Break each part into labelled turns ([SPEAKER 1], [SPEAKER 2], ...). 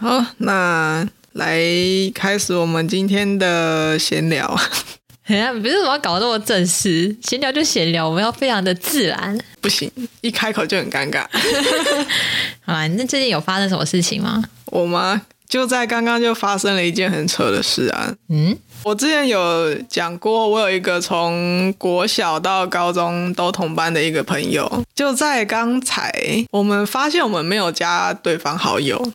[SPEAKER 1] 好，那来开始我们今天的闲聊。
[SPEAKER 2] 哎呀， 不是我要搞得那么正式，闲聊就闲聊，我们要非常的自然。
[SPEAKER 1] 不行，一开口就很尴尬。
[SPEAKER 2] 好啦，那最近有发生什么事情吗？
[SPEAKER 1] 我吗？就在刚刚就发生了一件很扯的事啊！
[SPEAKER 2] 嗯，
[SPEAKER 1] 我之前有讲过，我有一个从国小到高中都同班的一个朋友，就在刚才我们发现我们没有加对方好友，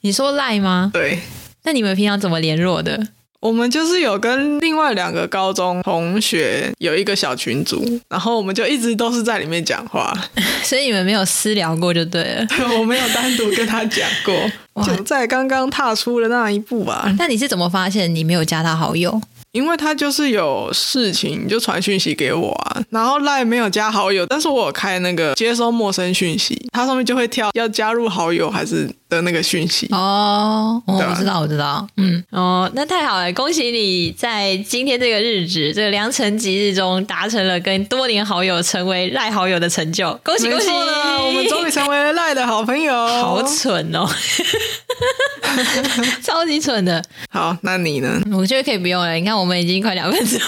[SPEAKER 2] 你说赖吗？
[SPEAKER 1] 对。
[SPEAKER 2] 那你们平常怎么联络的？
[SPEAKER 1] 我们就是有跟另外两个高中同学有一个小群组，然后我们就一直都是在里面讲话，
[SPEAKER 2] 所以你们没有私聊过就对 了。
[SPEAKER 1] 我没有单独跟他讲过，
[SPEAKER 2] 哇
[SPEAKER 1] 就在刚刚踏出了那一步吧，
[SPEAKER 2] 那你是怎么发现你没有加他好友？
[SPEAKER 1] 因为他就是有事情就传讯息给我啊，然后赖没有加好友，但是我有开那个接收陌生讯息，它上面就会跳要加入好友还是的那个讯息，
[SPEAKER 2] 哦，哦
[SPEAKER 1] 对啊
[SPEAKER 2] 我知道，我知道，嗯，哦，那太好了，恭喜你在今天这个日子，这个良辰吉日中达成了跟多年好友成为赖好友的成就，恭喜
[SPEAKER 1] 没
[SPEAKER 2] 恭喜！
[SPEAKER 1] 错呢，我们终于成为了赖的好朋友，
[SPEAKER 2] 好蠢哦， 超级蠢的，
[SPEAKER 1] 好，那你呢？
[SPEAKER 2] 我觉得可以不用了。你看，我们已经快两分钟，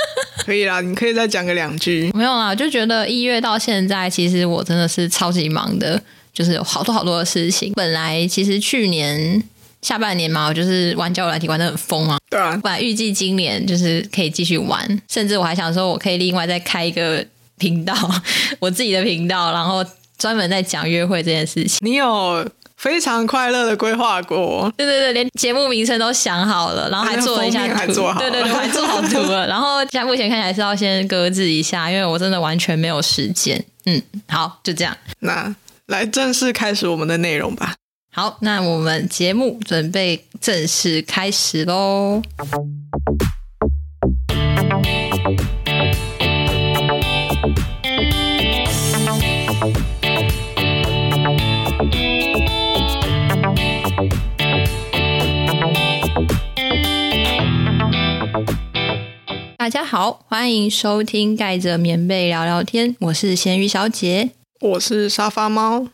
[SPEAKER 1] 可以啦，你可以再讲个两句。
[SPEAKER 2] 没有啦，就觉得一月到现在，其实我真的是超级忙的，就是有好多好多的事情。本来其实去年下半年嘛，我就是玩交友软体玩的很疯嘛，
[SPEAKER 1] 对啊，
[SPEAKER 2] 本来预计今年就是可以继续玩，甚至我还想说，我可以另外再开一个频道， 我自己的频道，然后专门在讲约会这件事情。
[SPEAKER 1] 你有非常快乐的规划过，
[SPEAKER 2] 对对对，连节目名称都想好了，然后还做了一下
[SPEAKER 1] 那个封面还
[SPEAKER 2] 图，
[SPEAKER 1] 做好了
[SPEAKER 2] 对对对，我还做好图 了。然后现在目前看起来是要先搁置一下，因为我真的完全没有时间。嗯，好，就这样。
[SPEAKER 1] 那来正式开始我们的内容吧。
[SPEAKER 2] 好，那我们节目准备正式开始喽。大家好，欢迎收听《盖着棉被聊聊天》，我是咸鱼小姐。
[SPEAKER 1] 我是沙发猫，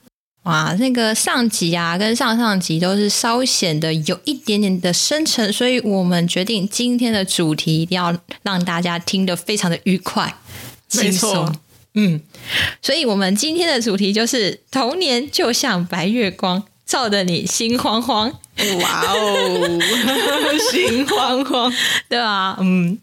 [SPEAKER 2] 哇，那个上集啊，跟上上集都是稍显的有一点点的深沉，所以我们决定今天的主题一定要让大家听得非常的愉快、
[SPEAKER 1] 没
[SPEAKER 2] 轻
[SPEAKER 1] 错
[SPEAKER 2] 松。嗯，所以我们今天的主题就是童年就像白月光，照得你心慌慌，
[SPEAKER 1] 哇哦，心慌慌。
[SPEAKER 2] 对吧？嗯，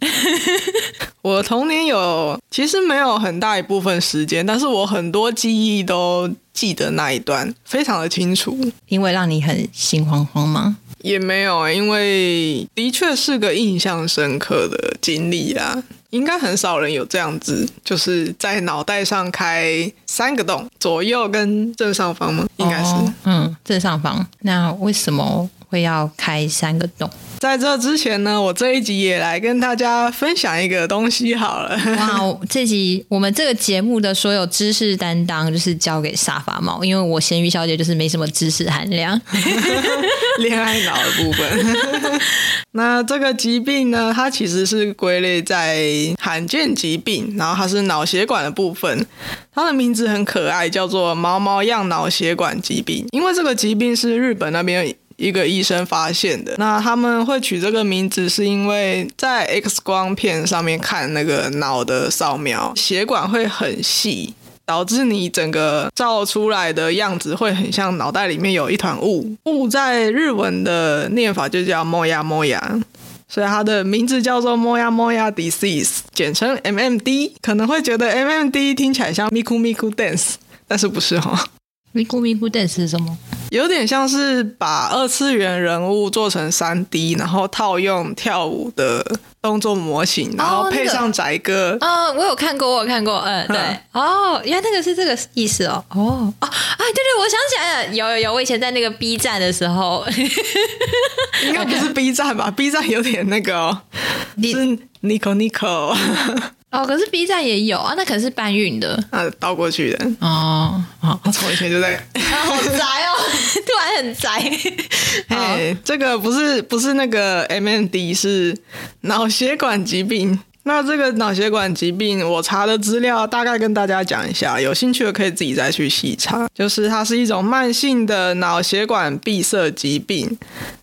[SPEAKER 1] 我的童年有，其实没有很大一部分时间，但是我很多记忆都记得那一段，非常的清楚。
[SPEAKER 2] 因为让你很心慌慌吗？
[SPEAKER 1] 也没有、因为的确是个印象深刻的经历啦。应该很少人有这样子，就是在脑袋上开三个洞，左右跟正上方吗？应该是。
[SPEAKER 2] 哦嗯，正上方。那为什么会要开三个洞？
[SPEAKER 1] 在这之前呢，我这一集也来跟大家分享一个东西好了。
[SPEAKER 2] 哇，我这集我们这个节目的所有知识担当就是交给沙发猫，因为我咸鱼小姐就是没什么知识含 量。
[SPEAKER 1] 恋爱脑的部分。那这个疾病呢，它其实是归类在罕见疾病，然后它是脑血管的部分。它的名字很可爱，叫做毛毛样脑血管疾病。因为这个疾病是日本那边。一个医生发现的，那他们会取这个名字，是因为在 X 光片上面看那个脑的扫描，血管会很细，导致你整个照出来的样子会很像脑袋里面有一团雾。雾在日文的念法就叫莫呀莫呀。所以它的名字叫做 Moya Moya Disease，简称 MMD。可能会觉得 MMD 听起来像 Miku Miku Dance，但是不是哈？
[SPEAKER 2] 咪咕咪咕 dance 是什么？
[SPEAKER 1] 有点像是把二次元人物做成三 D，然后套用跳舞的动作模型，然后配上宅歌。
[SPEAKER 2] 哦，我有看过，我有看过，嗯，对，哦，原来那个是这个意思哦，哦，哦，哎，对对，我想起来了，有有有，我以前在那个 B 站的时候，
[SPEAKER 1] 应该不是 B 站吧？B 站有点那个、哦，
[SPEAKER 2] 你
[SPEAKER 1] 是 Nico Nico
[SPEAKER 2] 哦，可是 B 站也有啊，那可能是搬运的
[SPEAKER 1] 啊，倒过去的。
[SPEAKER 2] 哦，好，
[SPEAKER 1] 我以前就在，
[SPEAKER 2] 啊好宅哦， 突然很宅， 好
[SPEAKER 1] 哎，这个不是不是那个 MND，是脑血管疾病。那这个脑血管疾病，我查的资料大概跟大家讲一下，有兴趣的可以自己再去细查。就是它是一种慢性的脑血管闭塞疾病，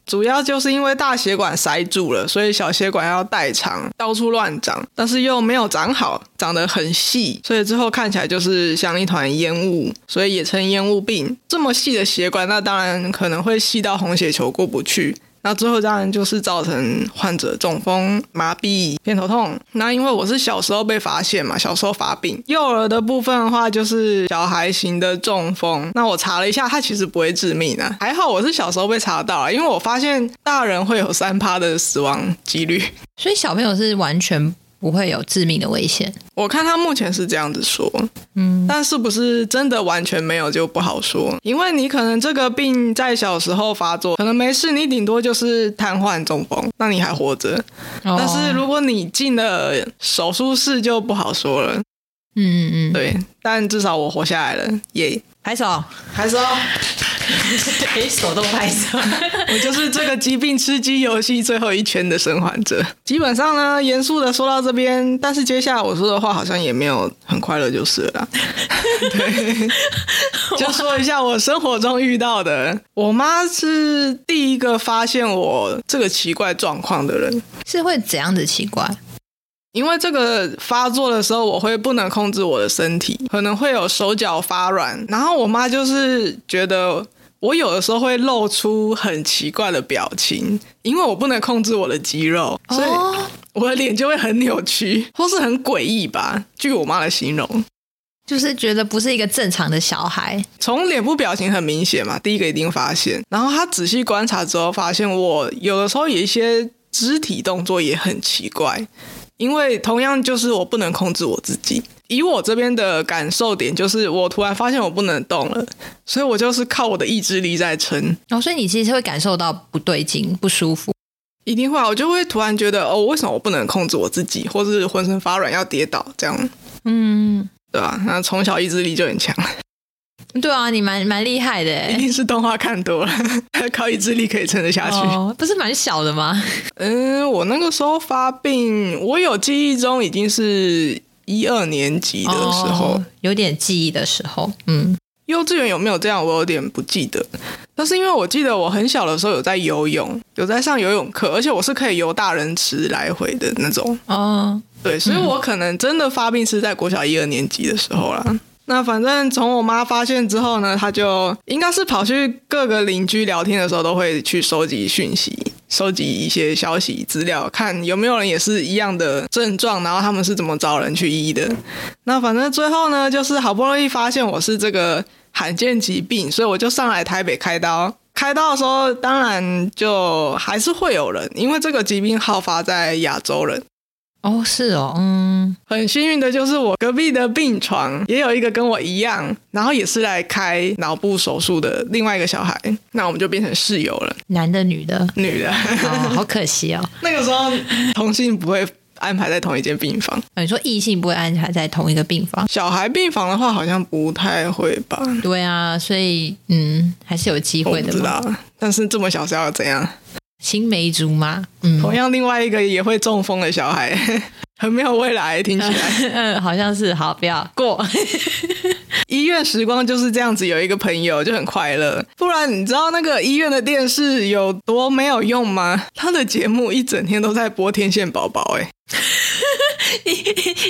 [SPEAKER 1] 主要就是因为大血管塞住了，所以小血管要代偿，到处乱长，但是又没有长好，长得很细，所以之后看起来就是像一团烟雾，所以也称烟雾病。这么细的血管，那当然可能会细到红血球过不去，那最后当然就是造成患者中风、麻痹、偏头痛。那因为我是小时候被发现嘛，小时候发病。幼儿的部分的话，就是小孩型的中风。那我查了一下，它其实不会致命啊，还好我是小时候被查到啊了，因为我发现大人会有三趴的死亡几率。
[SPEAKER 2] 所以小朋友是完全不会有致命的危险。
[SPEAKER 1] 我看他目前是这样子说，嗯，但是不是真的完全没有就不好说，因为你可能这个病在小时候发作，可能没事，你顶多就是瘫痪中风，那你还活着。但是
[SPEAKER 2] 哦
[SPEAKER 1] 如果你进了手术室就不好说了，
[SPEAKER 2] 嗯嗯嗯，
[SPEAKER 1] 对，但至少我活下来了，耶、
[SPEAKER 2] 拍手，
[SPEAKER 1] 还是哦，
[SPEAKER 2] 可以手动拍手。
[SPEAKER 1] 我就是这个疾病吃鸡游戏最后一圈的生还者。基本上呢，严肃的说到这边，但是接下来我说的话好像也没有很快乐，就是了 啦。对，就说一下我生活中遇到的。我妈是第一个发现我这个奇怪状况的人。
[SPEAKER 2] 是会怎样子奇怪？
[SPEAKER 1] 因为这个发作的时候，我会不能控制我的身体，可能会有手脚发软。然后我妈就是觉得我有的时候会露出很奇怪的表情，因为我不能控制我的肌肉，所以
[SPEAKER 2] 哦，
[SPEAKER 1] 我的脸就会很扭曲，或是很诡异吧。据我妈的形容，
[SPEAKER 2] 就是觉得不是一个正常的小孩。
[SPEAKER 1] 从脸部表情很明显嘛，第一个一定发现。然后她仔细观察之后，发现我有的时候有一些肢体动作也很奇怪，因为同样就是我不能控制我自己。以我这边的感受点，就是我突然发现我不能动了，所以我就是靠我的意志力在撑。
[SPEAKER 2] 然、后哦所以你其实会感受到不对劲、不舒服。
[SPEAKER 1] 一定会啊，我就会突然觉得，哦，为什么我不能控制我自己，或是浑身发软要跌倒这样，
[SPEAKER 2] 嗯，
[SPEAKER 1] 对吧、那从小意志力就很强，
[SPEAKER 2] 对啊，你蛮蛮厉害的
[SPEAKER 1] 一
[SPEAKER 2] 欸。
[SPEAKER 1] 定是动画看多了， 靠意志力可以撑得下去。
[SPEAKER 2] 哦，不是蛮小的吗？
[SPEAKER 1] 嗯，我那个时候发病，我有记忆中已经是一二年级的时候。
[SPEAKER 2] 哦有点记忆的时候，嗯，
[SPEAKER 1] 幼稚园有没有这样，我有点不记得。但是因为我记得我很小的时候有在游泳，有在上游泳课，而且我是可以游大人池来回的那种。
[SPEAKER 2] 哦，
[SPEAKER 1] 对，所以我可能真的发病是在国小一二年级的时候啦。那反正从我妈发现之后呢，她就应该是跑去各个邻居聊天的时候，都会去收集讯息，收集一些消息资料，看有没有人也是一样的症状，然后他们是怎么找人去医的。那反正最后呢，就是好不容易发现我是这个罕见疾病，所以我就上来台北开刀。开刀的时候，当然就还是会有人，因为这个疾病好发在亚洲人，
[SPEAKER 2] 哦，是哦，嗯，
[SPEAKER 1] 很幸运的就是我隔壁的病床也有一个跟我一样，然后也是来开脑部手术的另外一个小孩，那我们就变成室友了，
[SPEAKER 2] 男的女的，
[SPEAKER 1] 女 的。
[SPEAKER 2] 哦，好可惜哦。
[SPEAKER 1] 那个时候同性不会安排在同一间病房，
[SPEAKER 2] 哦你说异性不会安排在同一个病房？
[SPEAKER 1] 小孩病房的话好像不太会吧，
[SPEAKER 2] 对啊，所以嗯，还是有机
[SPEAKER 1] 我
[SPEAKER 2] 会
[SPEAKER 1] 不
[SPEAKER 2] 的
[SPEAKER 1] 知
[SPEAKER 2] 嘛。
[SPEAKER 1] 道。但是这么小是要怎样？
[SPEAKER 2] 青梅竹马，嗯，
[SPEAKER 1] 同样，另外一个也会中风的小孩， 很没有未来，听起来。
[SPEAKER 2] 嗯，好像是，好，不要过。
[SPEAKER 1] 医院时光就是这样子，有一个朋友就很快乐。不然你知道那个医院的电视有多没有用吗？他的节目一整天都在播《天线宝宝》 哎，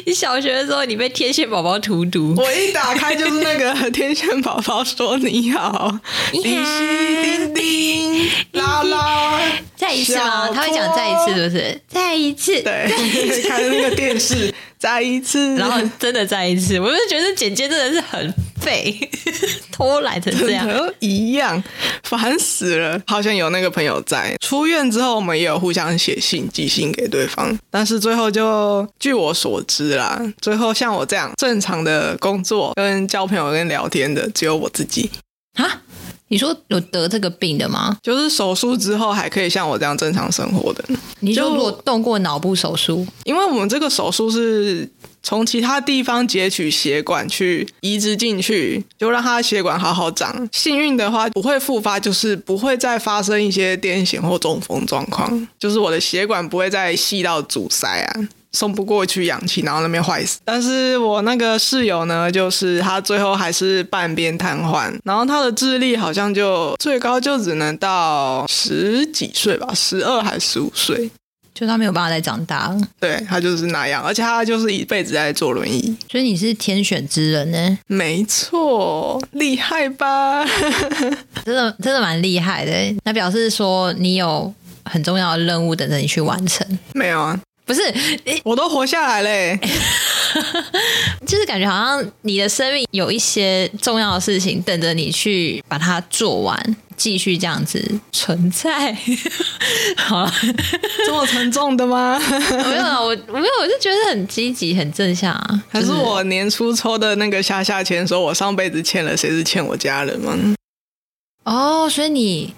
[SPEAKER 2] 你小学的时候，你被天线宝宝荼毒，
[SPEAKER 1] 我一打开就是那个《天线宝宝说你好》，
[SPEAKER 2] 你
[SPEAKER 1] 叮
[SPEAKER 2] 好
[SPEAKER 1] 叮叮叮，啦啦，
[SPEAKER 2] 再一次吗？
[SPEAKER 1] 小
[SPEAKER 2] 他会讲再一次，是不是？再一次，
[SPEAKER 1] 对，开那个电视，再一次，
[SPEAKER 2] 然后真的再一次，我就觉得简介真的是很废， 偷懒成这样。
[SPEAKER 1] 都一样，烦死了。好像有那个朋友在出院之后，我们也有互相写信、寄信给对方，但是最后就据我所知啦，最后像我这样正常的工作、跟交朋友、跟聊天的，只有我自己。
[SPEAKER 2] 啊？你说有得这个病的吗？
[SPEAKER 1] 就是手术之后还可以像我这样正常生活的，
[SPEAKER 2] 你说
[SPEAKER 1] 就
[SPEAKER 2] 如果动过脑部手术，
[SPEAKER 1] 因为我们这个手术是从其他地方截取血管去移植进去，就让它的血管好好长。幸运的话不会复发，就是不会再发生一些癫痫或中风状况，就是我的血管不会再细到阻塞啊。送不过去氧气，然后那边坏死。但是我那个室友呢，就是他最后还是半边瘫痪，然后他的智力好像就最高就只能到十几岁吧，十二还十五岁。
[SPEAKER 2] 就他没有办法再长大了。
[SPEAKER 1] 对他就是那样，而且他就是一辈子在坐轮椅。
[SPEAKER 2] 所以你是天选之人呢、
[SPEAKER 1] 没错，厉害吧？
[SPEAKER 2] 真的真的蛮厉害的、那表示说你有很重要的任务等着你去完成。
[SPEAKER 1] 没有啊，
[SPEAKER 2] 不是，
[SPEAKER 1] 我都活下来嘞、
[SPEAKER 2] 就是感觉好像你的生命有一些重要的事情等着你去把它做完，继续这样子存在。 好了，
[SPEAKER 1] 这么沉重的吗？
[SPEAKER 2] 没有啊，我没有，我就觉得很积极、很正向啊。
[SPEAKER 1] 还
[SPEAKER 2] 就是
[SPEAKER 1] 我年初抽的那个下下签，说我上辈子欠了谁是欠我家人吗？
[SPEAKER 2] 哦，所以你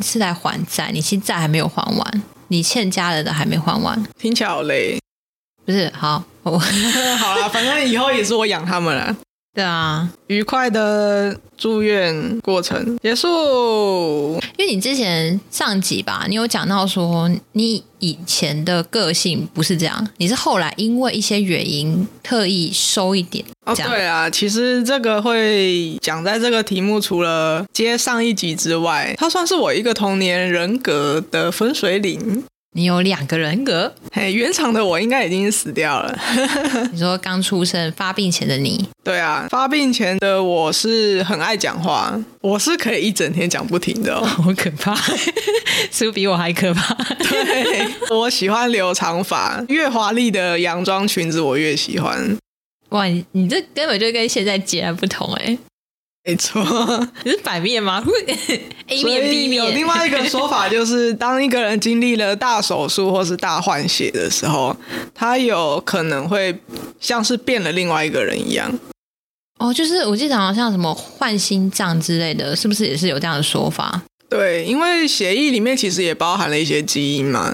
[SPEAKER 2] 是来还债，你现在还没有还完，你欠家人的还没还完，
[SPEAKER 1] 听起来好累。
[SPEAKER 2] 不是？好，我
[SPEAKER 1] 好啦，反正以后也是我养他们啦。
[SPEAKER 2] 对啊，
[SPEAKER 1] 愉快的住院过程结束。
[SPEAKER 2] 因为你之前上集吧，你有讲到说你以前的个性不是这样，你是后来因为一些原因特意收一点，
[SPEAKER 1] 哦，
[SPEAKER 2] 这样
[SPEAKER 1] 对啊，其实这个会讲在这个题目，除了接上一集之外，它算是我一个童年人格的分水岭。
[SPEAKER 2] 你有两个人 格。
[SPEAKER 1] 嘿，原厂的我应该已经死掉了。
[SPEAKER 2] 你说刚出生发病前的你，
[SPEAKER 1] 对啊，发病前的我是很爱讲话，我是可以一整天讲不停的、哦。
[SPEAKER 2] 好可怕， 是不是比我还可怕？
[SPEAKER 1] 对，我喜欢留长发，越华丽的洋装裙子我越喜欢。
[SPEAKER 2] 哇，你你这根本就跟现在截然不同哎、
[SPEAKER 1] 没错，
[SPEAKER 2] 你是反面 吗？A
[SPEAKER 1] 所
[SPEAKER 2] 面 B
[SPEAKER 1] 以
[SPEAKER 2] 面，
[SPEAKER 1] 有另外一个说法，就是当一个人经历了大手术或是大换血的时候，他有可能会像是变了另外一个人一样。
[SPEAKER 2] 哦，就是我记得好像什么换心脏之类的，是不是也是有这样的说法？
[SPEAKER 1] 对，因为血液里面其实也包含了一些基因嘛，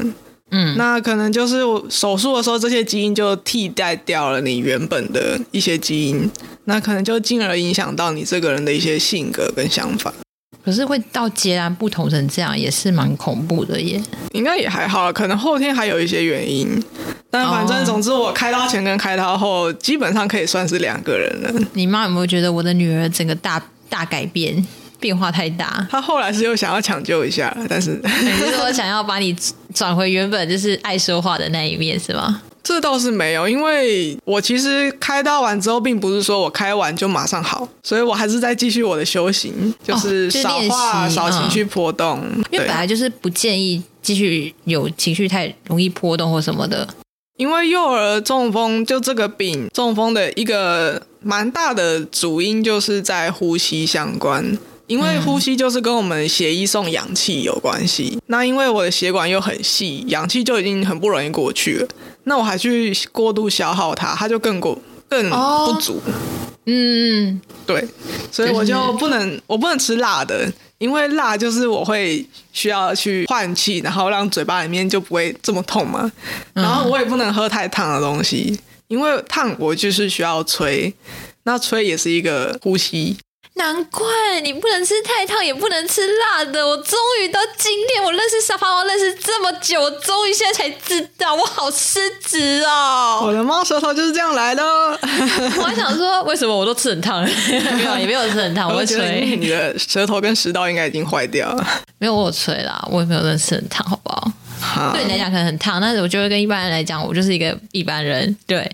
[SPEAKER 2] 嗯，
[SPEAKER 1] 那可能就是我手术的时候，这些基因就替代掉了你原本的一些基因，那可能就进而影响到你这个人的一些性格跟想法。
[SPEAKER 2] 可是会到截然不同成这样，也是蛮恐怖的耶。
[SPEAKER 1] 应该也还好啦，可能后天还有一些原因，但反正
[SPEAKER 2] 哦
[SPEAKER 1] 总之我开刀前跟开刀后基本上可以算是两个人了。
[SPEAKER 2] 你妈有没有觉得我的女儿整个大大改变，变化太 大？
[SPEAKER 1] 他后来是又想要抢救一下，但是
[SPEAKER 2] 你是说想要把你转回原本就是爱说话的那一面是吗？
[SPEAKER 1] 这倒是没有，因为我其实开刀完之后，并不是说我开完就马上好，所以我还是在继续我的修行，就是
[SPEAKER 2] 哦就是
[SPEAKER 1] 少
[SPEAKER 2] 练
[SPEAKER 1] 话、
[SPEAKER 2] 习
[SPEAKER 1] 少情
[SPEAKER 2] 嗯
[SPEAKER 1] 绪波动。
[SPEAKER 2] 因为
[SPEAKER 1] 对
[SPEAKER 2] 本来就是不建议继续有情绪太容易波动或什么的。
[SPEAKER 1] 因为幼儿中风就这个病，中风的一个蛮大的主因就是在呼吸相关。因为呼吸就是跟我们血液送氧气有关系，那因为我的血管又很细，氧气就已经很不容易过去了，那我还去过度消耗它，它就更过更
[SPEAKER 2] 哦
[SPEAKER 1] 不足。
[SPEAKER 2] 嗯，
[SPEAKER 1] 对，所以我
[SPEAKER 2] 就是
[SPEAKER 1] 就不能，我不能吃辣的，因为辣就是我会需要去换气，然后让嘴巴里面就不会这么痛嘛。
[SPEAKER 2] 嗯
[SPEAKER 1] 然后我也不能喝太烫的东西，因为烫我就是需要吹，那吹也是一个呼吸。
[SPEAKER 2] 难怪你不能吃太烫，也不能吃辣的。我终于到今天，我认识沙发猫认识这么久，我终于现在才知道，我好失职哦！
[SPEAKER 1] 我的猫舌头就是这样来的。
[SPEAKER 2] 我还想说，为什么我都吃很烫？ 没有，也没有吃很 烫，我
[SPEAKER 1] 我
[SPEAKER 2] 会
[SPEAKER 1] 觉得你
[SPEAKER 2] 吹，
[SPEAKER 1] 你的舌头跟食道应该已经坏掉了。
[SPEAKER 2] 没有我有吹啦，我也没有认识很烫，好不 好？
[SPEAKER 1] 好
[SPEAKER 2] 对你来讲可能很烫，但是我觉得跟一般人来讲，我就是一个一般人。对，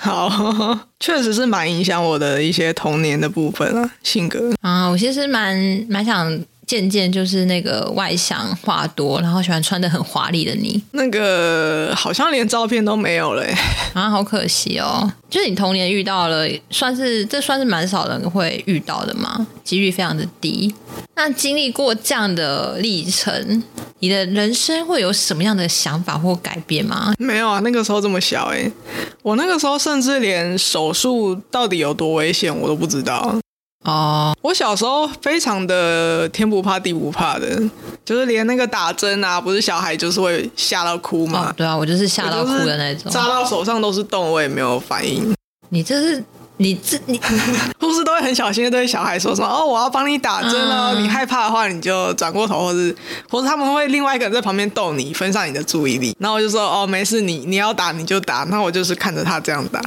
[SPEAKER 1] 好， 确实是蛮影响我的一些童年的部分啊，性格。
[SPEAKER 2] 啊，我其实蛮蛮想见见，就是那个外向话多，然后喜欢穿的很华丽的你
[SPEAKER 1] 那个好像连照片都没有了、欸。
[SPEAKER 2] 啊，好可惜哦。就是你童年遇到了，算是这算是蛮少人会遇到的嘛，几率非常的低。那经历过这样的历程，你的人生会有什么样的想法或改变吗？
[SPEAKER 1] 没有啊，那个时候这么小哎、我那个时候甚至连手术到底有多危险我都不知道。
[SPEAKER 2] 哦，
[SPEAKER 1] 我小时候非常的天不怕地不怕的，就是连那个打针啊，不是小孩就是会吓到哭
[SPEAKER 2] 哦
[SPEAKER 1] 嘛，，
[SPEAKER 2] 对啊，我就是吓到哭的那种。
[SPEAKER 1] 扎到手上都是洞，我也没有反应。
[SPEAKER 2] 你这是你自你
[SPEAKER 1] 护士都会很小心的对小孩说什么哦，我要帮你打针哦，
[SPEAKER 2] 嗯
[SPEAKER 1] 你害怕的话你就转过头，或是或是他们会另外一个人在旁边逗你，分散你的注意力。然后我就说哦，没事，你你要打你就打，那我就是看着他这样打。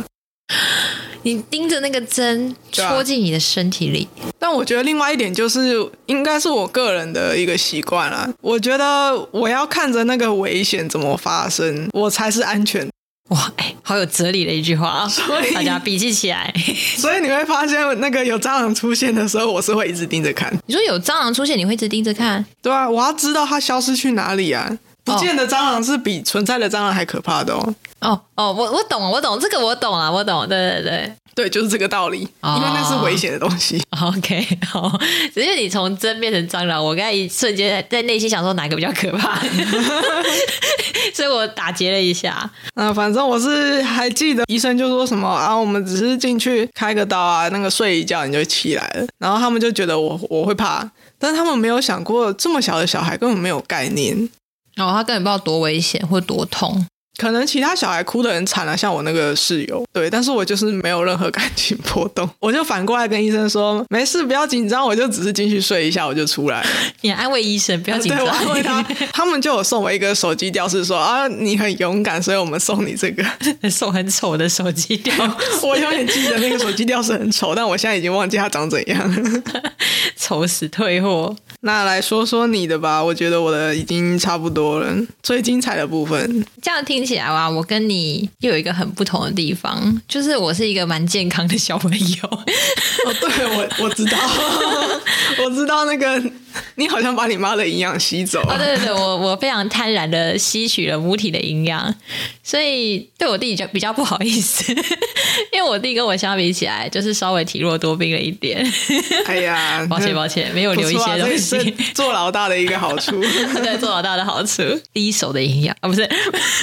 [SPEAKER 2] 你盯着那个针
[SPEAKER 1] 对啊
[SPEAKER 2] 戳进你的身体里，
[SPEAKER 1] 但我觉得另外一点就是，应该是我个人的一个习惯啦。我觉得我要看着那个危险怎么发生，我才是安全。
[SPEAKER 2] 哇，哎、好有哲理的一句话啊！
[SPEAKER 1] 所以
[SPEAKER 2] 大家笔记起来。
[SPEAKER 1] 所以你会发现，那个有蟑螂出现的时候，我是会一直盯着看。
[SPEAKER 2] 你说有蟑螂出现，你会一直盯着看？
[SPEAKER 1] 对啊，我要知道它消失去哪里啊！不见的蟑螂是比存在的蟑螂还可怕的哦。
[SPEAKER 2] 哦哦，我我懂，我懂这个，我懂啊，我懂，对对对。
[SPEAKER 1] 对，就是这个道理，因为
[SPEAKER 2] 哦
[SPEAKER 1] 那是危险的东西。
[SPEAKER 2] OK，好， 只是你从针变成蟑螂，我刚才一瞬间在内心想说哪个比较可 怕，所以我打结了一下。
[SPEAKER 1] 嗯、反正我是还记得医生就说什么啊，我们只是进去开个刀啊，那个睡一觉你就起来了。然后他们就觉得我我会怕，但是他们没有想过这么小的小孩根本没有概念。
[SPEAKER 2] 然后、哦、他根本不知道多危险或多痛，
[SPEAKER 1] 可能其他小孩哭得很惨啊，像我那个室友，对，但是我就是没有任何感情波动， 我就反过来跟医生说，没事，不要紧张，我就只 是进去睡一下，我就出来了。
[SPEAKER 2] 你安慰医生，不要紧
[SPEAKER 1] 对，
[SPEAKER 2] 张。
[SPEAKER 1] 我安慰他，他们就有送我一个手机吊饰，说啊，你很勇敢，所以我们送你这个。
[SPEAKER 2] 送很丑的 手机掉，
[SPEAKER 1] 我永远记得那个手机吊饰很丑，但我现在已经忘记它长怎样 了。
[SPEAKER 2] 丑死退货。
[SPEAKER 1] 那来说说你的吧，我觉得我的已经差不多了，最精彩的部分。
[SPEAKER 2] 这样听起来哇，我跟你又有一个很不同的地方，就是我是一个蛮健康的小朋 友。
[SPEAKER 1] 哦，对，我我知道， 我知道那个你好像把你妈的营养吸 走
[SPEAKER 2] 哦，
[SPEAKER 1] 了。
[SPEAKER 2] 对对对，我我非常贪婪的吸取了母体的营养，所以对我弟就比较不好意思， 因为我弟跟我相比起来，就是稍微体弱多病了一点。
[SPEAKER 1] 哎呀，
[SPEAKER 2] 抱歉
[SPEAKER 1] 那
[SPEAKER 2] 抱歉，没有
[SPEAKER 1] 不
[SPEAKER 2] 留一
[SPEAKER 1] 错啊
[SPEAKER 2] 些东
[SPEAKER 1] 这是
[SPEAKER 2] 西。
[SPEAKER 1] 做老大的一个好处。
[SPEAKER 2] 对，做老大的好处，第一手的营养啊，不是。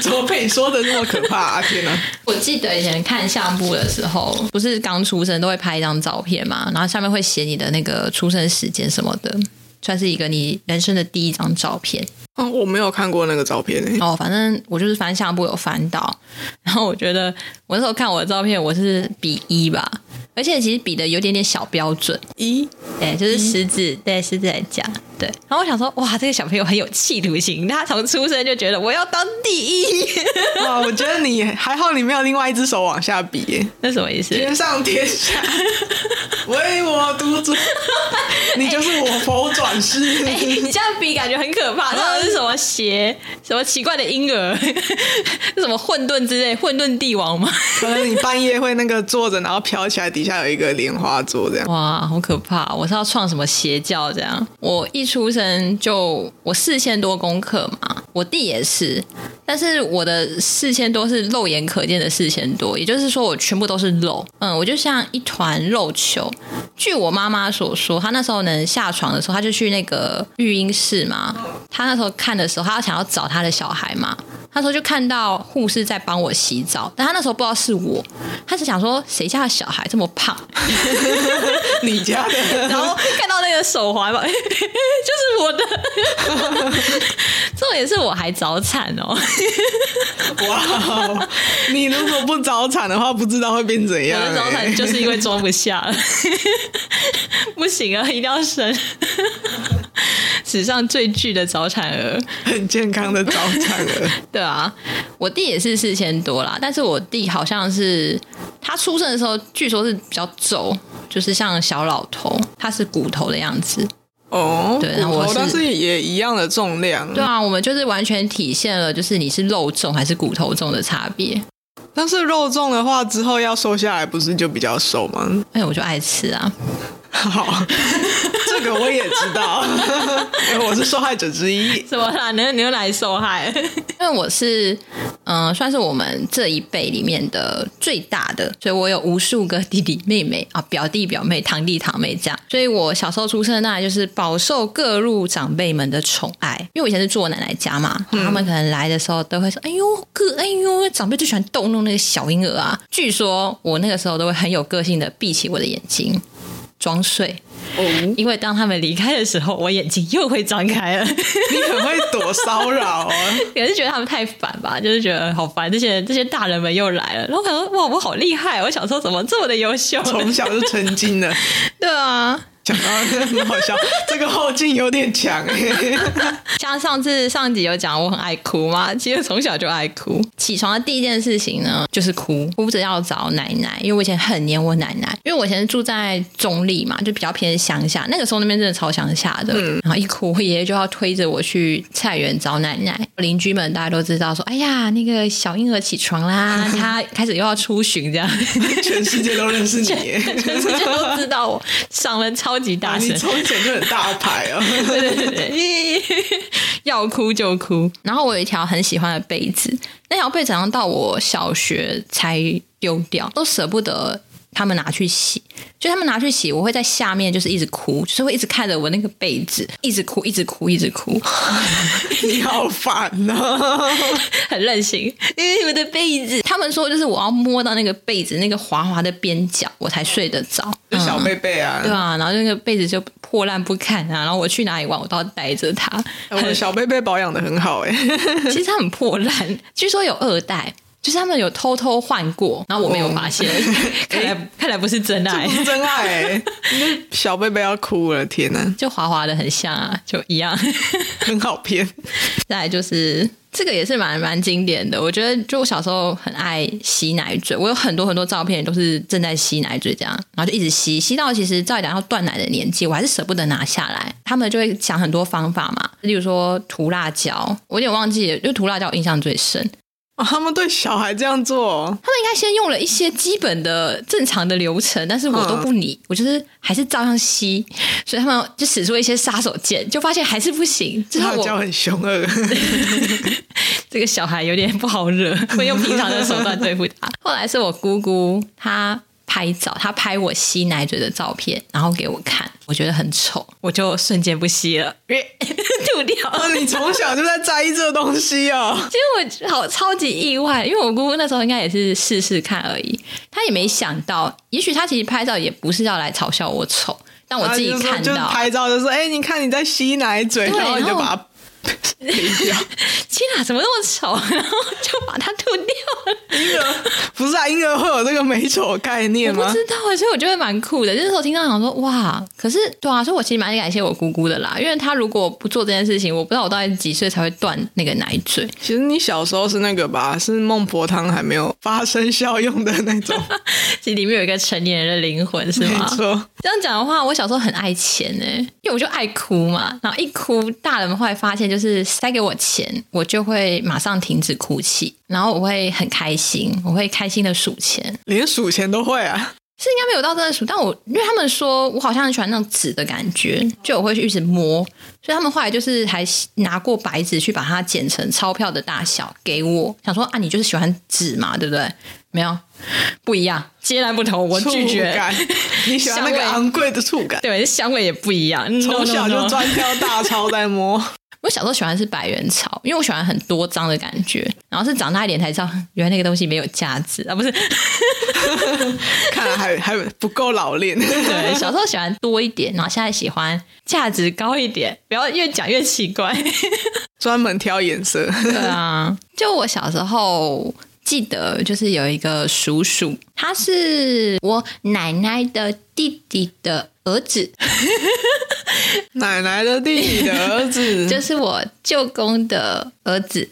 [SPEAKER 1] 怎么被你说的那么可 怕啊？天哪！
[SPEAKER 2] 我记得以前看相簿的时候，不是刚出生都会拍一张照片嘛，然后下面会写你的那个出生时间什么的，算是一个你人生的第一张照片。
[SPEAKER 1] 哦，我没有看过那个照片欸诶、
[SPEAKER 2] 哦，反正我就是翻相簿有翻到，然后我觉得我那时候看我的照片，我是比一吧，而且其实比的有点点小标准，
[SPEAKER 1] 一
[SPEAKER 2] 对，就是食指，对，食指来讲，对。然后我想说，哇，这个小朋友很有企图心，他从出生就觉得我要当第一，
[SPEAKER 1] 哇，我觉得你还好，你没有另外一只手往下比耶、
[SPEAKER 2] 那什么意思？
[SPEAKER 1] 天上天下， 唯我独尊，你就是我佛转世。
[SPEAKER 2] 哎、你这样比感觉很可怕，那是什么邪？什么奇怪的婴儿？ 是什么混沌之类？混沌帝王吗？
[SPEAKER 1] 可能你半夜会那个坐着，然后飘起来，底下有一个莲花座 这样。
[SPEAKER 2] 哇，好可怕！我是要创什么邪教这样？我一出生就我四千多功课嘛，我弟也是，但是我的四千多是肉眼可见的四千多，也就是说我全部都是肉，嗯，我就像一团肉球。据我妈妈所说，她那时候能下床的时候，她就去那个育婴室嘛，她那时候看的时候，她想要找她的小孩嘛。她那时候就看到护士在帮我洗澡，但她那时候不知道是我，她是想说谁家的小孩这么胖，
[SPEAKER 1] 你家 的，
[SPEAKER 2] 然后看到那个手环嘛， 就是我的。 重点是我还早产哦，
[SPEAKER 1] 哇，哦你如果不早产的话，不知道会变怎
[SPEAKER 2] 我
[SPEAKER 1] 样、哎
[SPEAKER 2] 的早产就是因为装不下 了，不行啊，一定要生。史上最巨的早产儿，
[SPEAKER 1] 很健康的早产 儿。
[SPEAKER 2] 对啊，我弟也是四千多啦，但是我弟好像是他出生的时候，据说是比较皱，就是像小老头，他是骨头的样子，
[SPEAKER 1] 哦，
[SPEAKER 2] 对那我
[SPEAKER 1] 骨头
[SPEAKER 2] 是
[SPEAKER 1] 但是也一样的重量。
[SPEAKER 2] 对啊，我们就是完全体现了就是你是肉重还是骨头重的差别。
[SPEAKER 1] 但是肉重的话，之后要瘦下来，不是就比较瘦吗？
[SPEAKER 2] 哎，我就爱吃啊！
[SPEAKER 1] 好，这个我也知道，因为我是受害者之一。
[SPEAKER 2] 怎么啦？你又你又来受害？ 因为我是，嗯、算是我们这一辈里面的最大的，所以我有无数个弟弟妹妹啊，表弟表妹、堂弟堂妹这样。所以我小时候出生那就是饱受各路长辈们的宠爱。因为我以前是住我奶奶家嘛，他们可能来的时候都会说：“哎呦，哥，哎呦，长辈最喜欢逗弄那个小婴儿啊。”据说我那个时候都会很有个性的闭起我的眼睛装睡，
[SPEAKER 1] 哦，
[SPEAKER 2] 因为当他们离开的时候，我眼睛又会张开了。
[SPEAKER 1] 你很会躲骚扰啊！
[SPEAKER 2] 也是觉得他们太烦吧，就是觉得好烦，这些人这些大人们又来了。然后我想说，哇，我好厉害！我小时候怎么这么的优秀？
[SPEAKER 1] 从小就成精了，
[SPEAKER 2] 对啊，
[SPEAKER 1] 讲到很好笑，这个后劲有点强、欸。
[SPEAKER 2] 像上次上集有讲我很爱哭嘛，其实从小就爱哭。起床的第一件事情呢，就是哭，哭着要找奶奶，因为我以前很黏我奶奶，因为我以前住在中立嘛，就比较偏乡下，那个时候那边真的超乡下的。然后一哭，我爷爷就要推着我去菜园找奶奶。邻居们大家都知道说，哎呀，那个小婴儿起床啦， 他开始又要出巡这样。
[SPEAKER 1] 全世界都认识你、欸，啊
[SPEAKER 2] 全世界都知道我嗓门超级大
[SPEAKER 1] 你
[SPEAKER 2] 声，
[SPEAKER 1] 从以前就很大牌啊！
[SPEAKER 2] 对对对对， 要哭就哭。然后我有一条很喜欢的被子，那条被子好像到我小学才丢掉，都舍不得。他们拿去洗，就他们拿去洗，我会在下面就是一直哭，就是会一直看着我那个被子，一直哭，一直哭，一直哭，
[SPEAKER 1] 你好烦哦、
[SPEAKER 2] 很任性。因为我的被子，他们说就是我要摸到那个被子那个滑滑的边角，我才睡得着。嗯
[SPEAKER 1] 就小贝贝啊，
[SPEAKER 2] 对啊，然后那个被子就破烂不堪啊，然后我去哪里玩，我都要带着它。
[SPEAKER 1] 我的小贝贝保养的很好哎、
[SPEAKER 2] 其实它很破烂，据说有二代，就是他们有偷偷换过，然后我没有发现， 看来看来不是真爱
[SPEAKER 1] 这不，是真爱哎、那小贝贝要哭了，天哪、
[SPEAKER 2] 就滑滑的很像啊，就一样。
[SPEAKER 1] 很好骗。
[SPEAKER 2] 再来就是这个也是蛮蛮经典的，我觉得就我小时候很爱吸奶嘴，我有很多很多照片都是正在吸奶嘴这样，然后就一直吸，吸到其实照理讲要断奶的年纪，我还是舍不得拿下来。他们就会想很多方法嘛，例如说涂辣椒，我有点忘记了，就涂辣椒我印象最深。
[SPEAKER 1] 哦，他们对小孩这样做，
[SPEAKER 2] 他们应该先用了一些基本的正常的流程，但是我都不理，
[SPEAKER 1] 嗯
[SPEAKER 2] 我就是还是照样吸，所以他们就使出一些杀手锏，就发现还是不行。之
[SPEAKER 1] 他
[SPEAKER 2] 后
[SPEAKER 1] 的教
[SPEAKER 2] 我
[SPEAKER 1] 很凶恶，
[SPEAKER 2] 这个小孩有点不好惹， 会用平常的手段对付他。后来是我姑姑她拍照，她拍我吸奶嘴的照片，然后给我看，我觉得很丑，我就瞬间不吸了， 吐掉了
[SPEAKER 1] 哦，你从小就在在意这个东西哦。
[SPEAKER 2] 其实我好超级意外，因为我姑姑那时候应该也是试试看而已，她也没想到，也许她其实拍照也不是要来嘲笑我丑，但我自己
[SPEAKER 1] 然后就说
[SPEAKER 2] 看
[SPEAKER 1] 就
[SPEAKER 2] 到，
[SPEAKER 1] 拍照就说，哎、你看你在吸奶嘴，
[SPEAKER 2] 对
[SPEAKER 1] 然后你就
[SPEAKER 2] 然后
[SPEAKER 1] 把它 呸掉。
[SPEAKER 2] 天哪，怎么那么丑？然后就把它吐掉了。
[SPEAKER 1] 婴儿不是啊，婴儿会有这个美丑概念
[SPEAKER 2] 我
[SPEAKER 1] 吗
[SPEAKER 2] 不？知道欸，所以我觉得蛮酷的。那时候听到想说，哇，可是对啊，所以我其实蛮感谢我姑姑的啦，因为她如果不做这件事情，我不知道我到底几岁才会断那个奶 嘴。
[SPEAKER 1] 其实你小时候是那个吧，是孟婆汤还没有发生效用的那 种，
[SPEAKER 2] 其实里面有一个成年人的灵魂，是
[SPEAKER 1] 没
[SPEAKER 2] 吗？
[SPEAKER 1] 错。
[SPEAKER 2] 这样讲的话，我小时候很爱钱呢、因为我就爱哭嘛。然后一哭，大人们后来发现，就是塞给我钱，我就会马上停止哭泣，然后我会很开心，我会开心的数钱，
[SPEAKER 1] 连数钱都会啊，
[SPEAKER 2] 是应该没有到真的数。但我因为他们说我好像很喜欢那种纸的感觉，就我会去一直摸，所以他们后来就是还拿过白纸去把它剪成钞票的大小给我，想说啊，你就是喜欢纸嘛，对不对？没有，不一样，截然不同，我拒
[SPEAKER 1] 触
[SPEAKER 2] 绝。
[SPEAKER 1] 感。你喜欢那个
[SPEAKER 2] 香味
[SPEAKER 1] 昂贵的触感，
[SPEAKER 2] 对，香味也不一样。
[SPEAKER 1] 从小
[SPEAKER 2] No, no,
[SPEAKER 1] 就
[SPEAKER 2] no
[SPEAKER 1] 专挑大钞在 摸。
[SPEAKER 2] 我小时候喜欢是百元钞，因为我喜欢很多张的感觉，然后是长大一点才知道，原来那个东西没有价值啊，不是？
[SPEAKER 1] 看来还还不够老练。
[SPEAKER 2] 对，小时候喜欢多一点，然后现在喜欢价值高一点，不要越讲越奇怪。
[SPEAKER 1] 专门挑颜色，
[SPEAKER 2] 对啊， 就我小时候记得，就是有一个叔叔，他是我奶奶的弟弟的儿子，
[SPEAKER 1] 奶奶的弟弟的儿子，
[SPEAKER 2] 就是我舅公的儿子，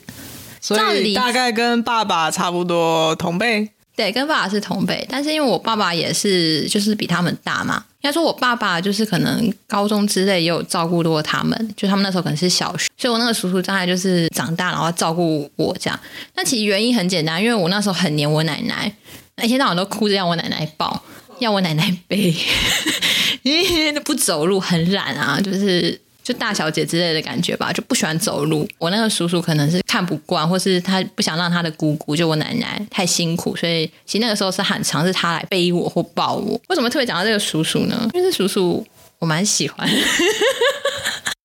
[SPEAKER 1] 所
[SPEAKER 2] 照
[SPEAKER 1] 以
[SPEAKER 2] 理
[SPEAKER 1] 大概跟爸爸差不多同辈。
[SPEAKER 2] 对，跟爸爸是同辈，但是因为我爸爸也是，就是比他们大嘛。应该说，我爸爸就是可能高中之类也有照顾过他们，就他们那时候可能是小学，所以我那个叔叔大概就是长大然后照顾我这样。那其实原因很简单，因为我那时候很黏我奶奶，一天到晚都哭着要我奶奶抱，要我奶奶背，因为不走路很懒啊，就是就大小姐之类的感觉吧，就不喜欢走路。我那个叔叔可能是看不惯，或是他不想让他的姑姑，就我奶奶太辛苦，所以其实那个时候是很常是他来背我或抱我。为什么特别讲到这个叔叔呢？因为这叔叔我蛮喜欢，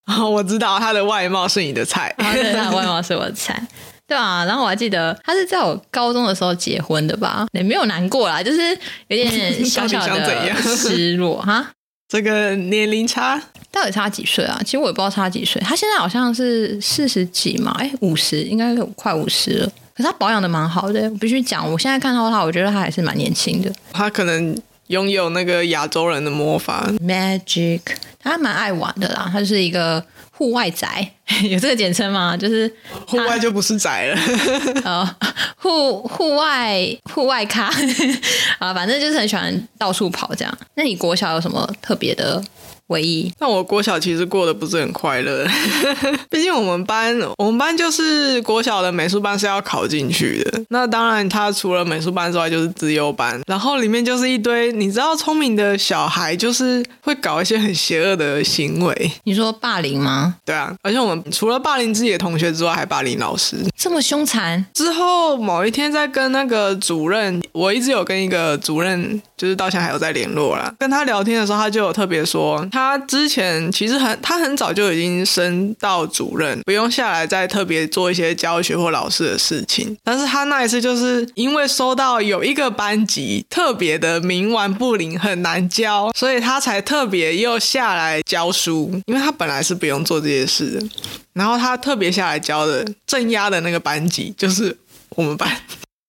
[SPEAKER 1] 哦， 我知道他的外貌是你的菜，
[SPEAKER 2] 然后啊对他的外貌是我的菜。对啊，然后我还记得他是在我高中的时候结婚的吧，也没有难过啦，就是有点小小
[SPEAKER 1] 到底想怎
[SPEAKER 2] 的
[SPEAKER 1] 样
[SPEAKER 2] 失落哈。
[SPEAKER 1] 这个年龄差
[SPEAKER 2] 到底差几岁啊？其实我也不知道差几岁。他现在好像是四十几嘛，哎，五十应该有快五十了。可是他保养的蛮好的，我必须讲，我现在看到他，我觉得他还是蛮年轻的。
[SPEAKER 1] 他可能拥有那个亚洲人的魔法，
[SPEAKER 2] Magic，他还蛮爱玩的啦，他就是一个户外宅， 有这个简称吗？就是
[SPEAKER 1] 户外就不是宅了。
[SPEAKER 2] 呃 户户外户外咖 啊，反正就是很喜欢到处跑这样。那你国小有什么特别的回忆？
[SPEAKER 1] 那我国小其实过得不是很快乐， 毕竟我们班，我们班就是国小的美术班是要考进去的。那当然，它除了美术班之外就是资优班，然后里面就是一堆你知道聪明的小孩，就是会搞一些很邪恶的行为，
[SPEAKER 2] 你说霸凌吗？
[SPEAKER 1] 对啊。而且我们除了霸凌自己的同学之外，还霸凌老师。
[SPEAKER 2] 这么凶残？
[SPEAKER 1] 之后某一天在跟那个主任，我一直有跟一个主任，就是到现在还有在联络啦。跟他聊天的时候，他就有特别说，他之前其实很，他很早就已经升到主任，不用下来再特别做一些教学或老师的事情。但是他那一次就是因为收到有一个班级特别的冥顽不灵，很难教，所以他才特别又下来教书，因为他本来是不用做这些事的。然后他特别下来教的镇压的那个班级就是我们班，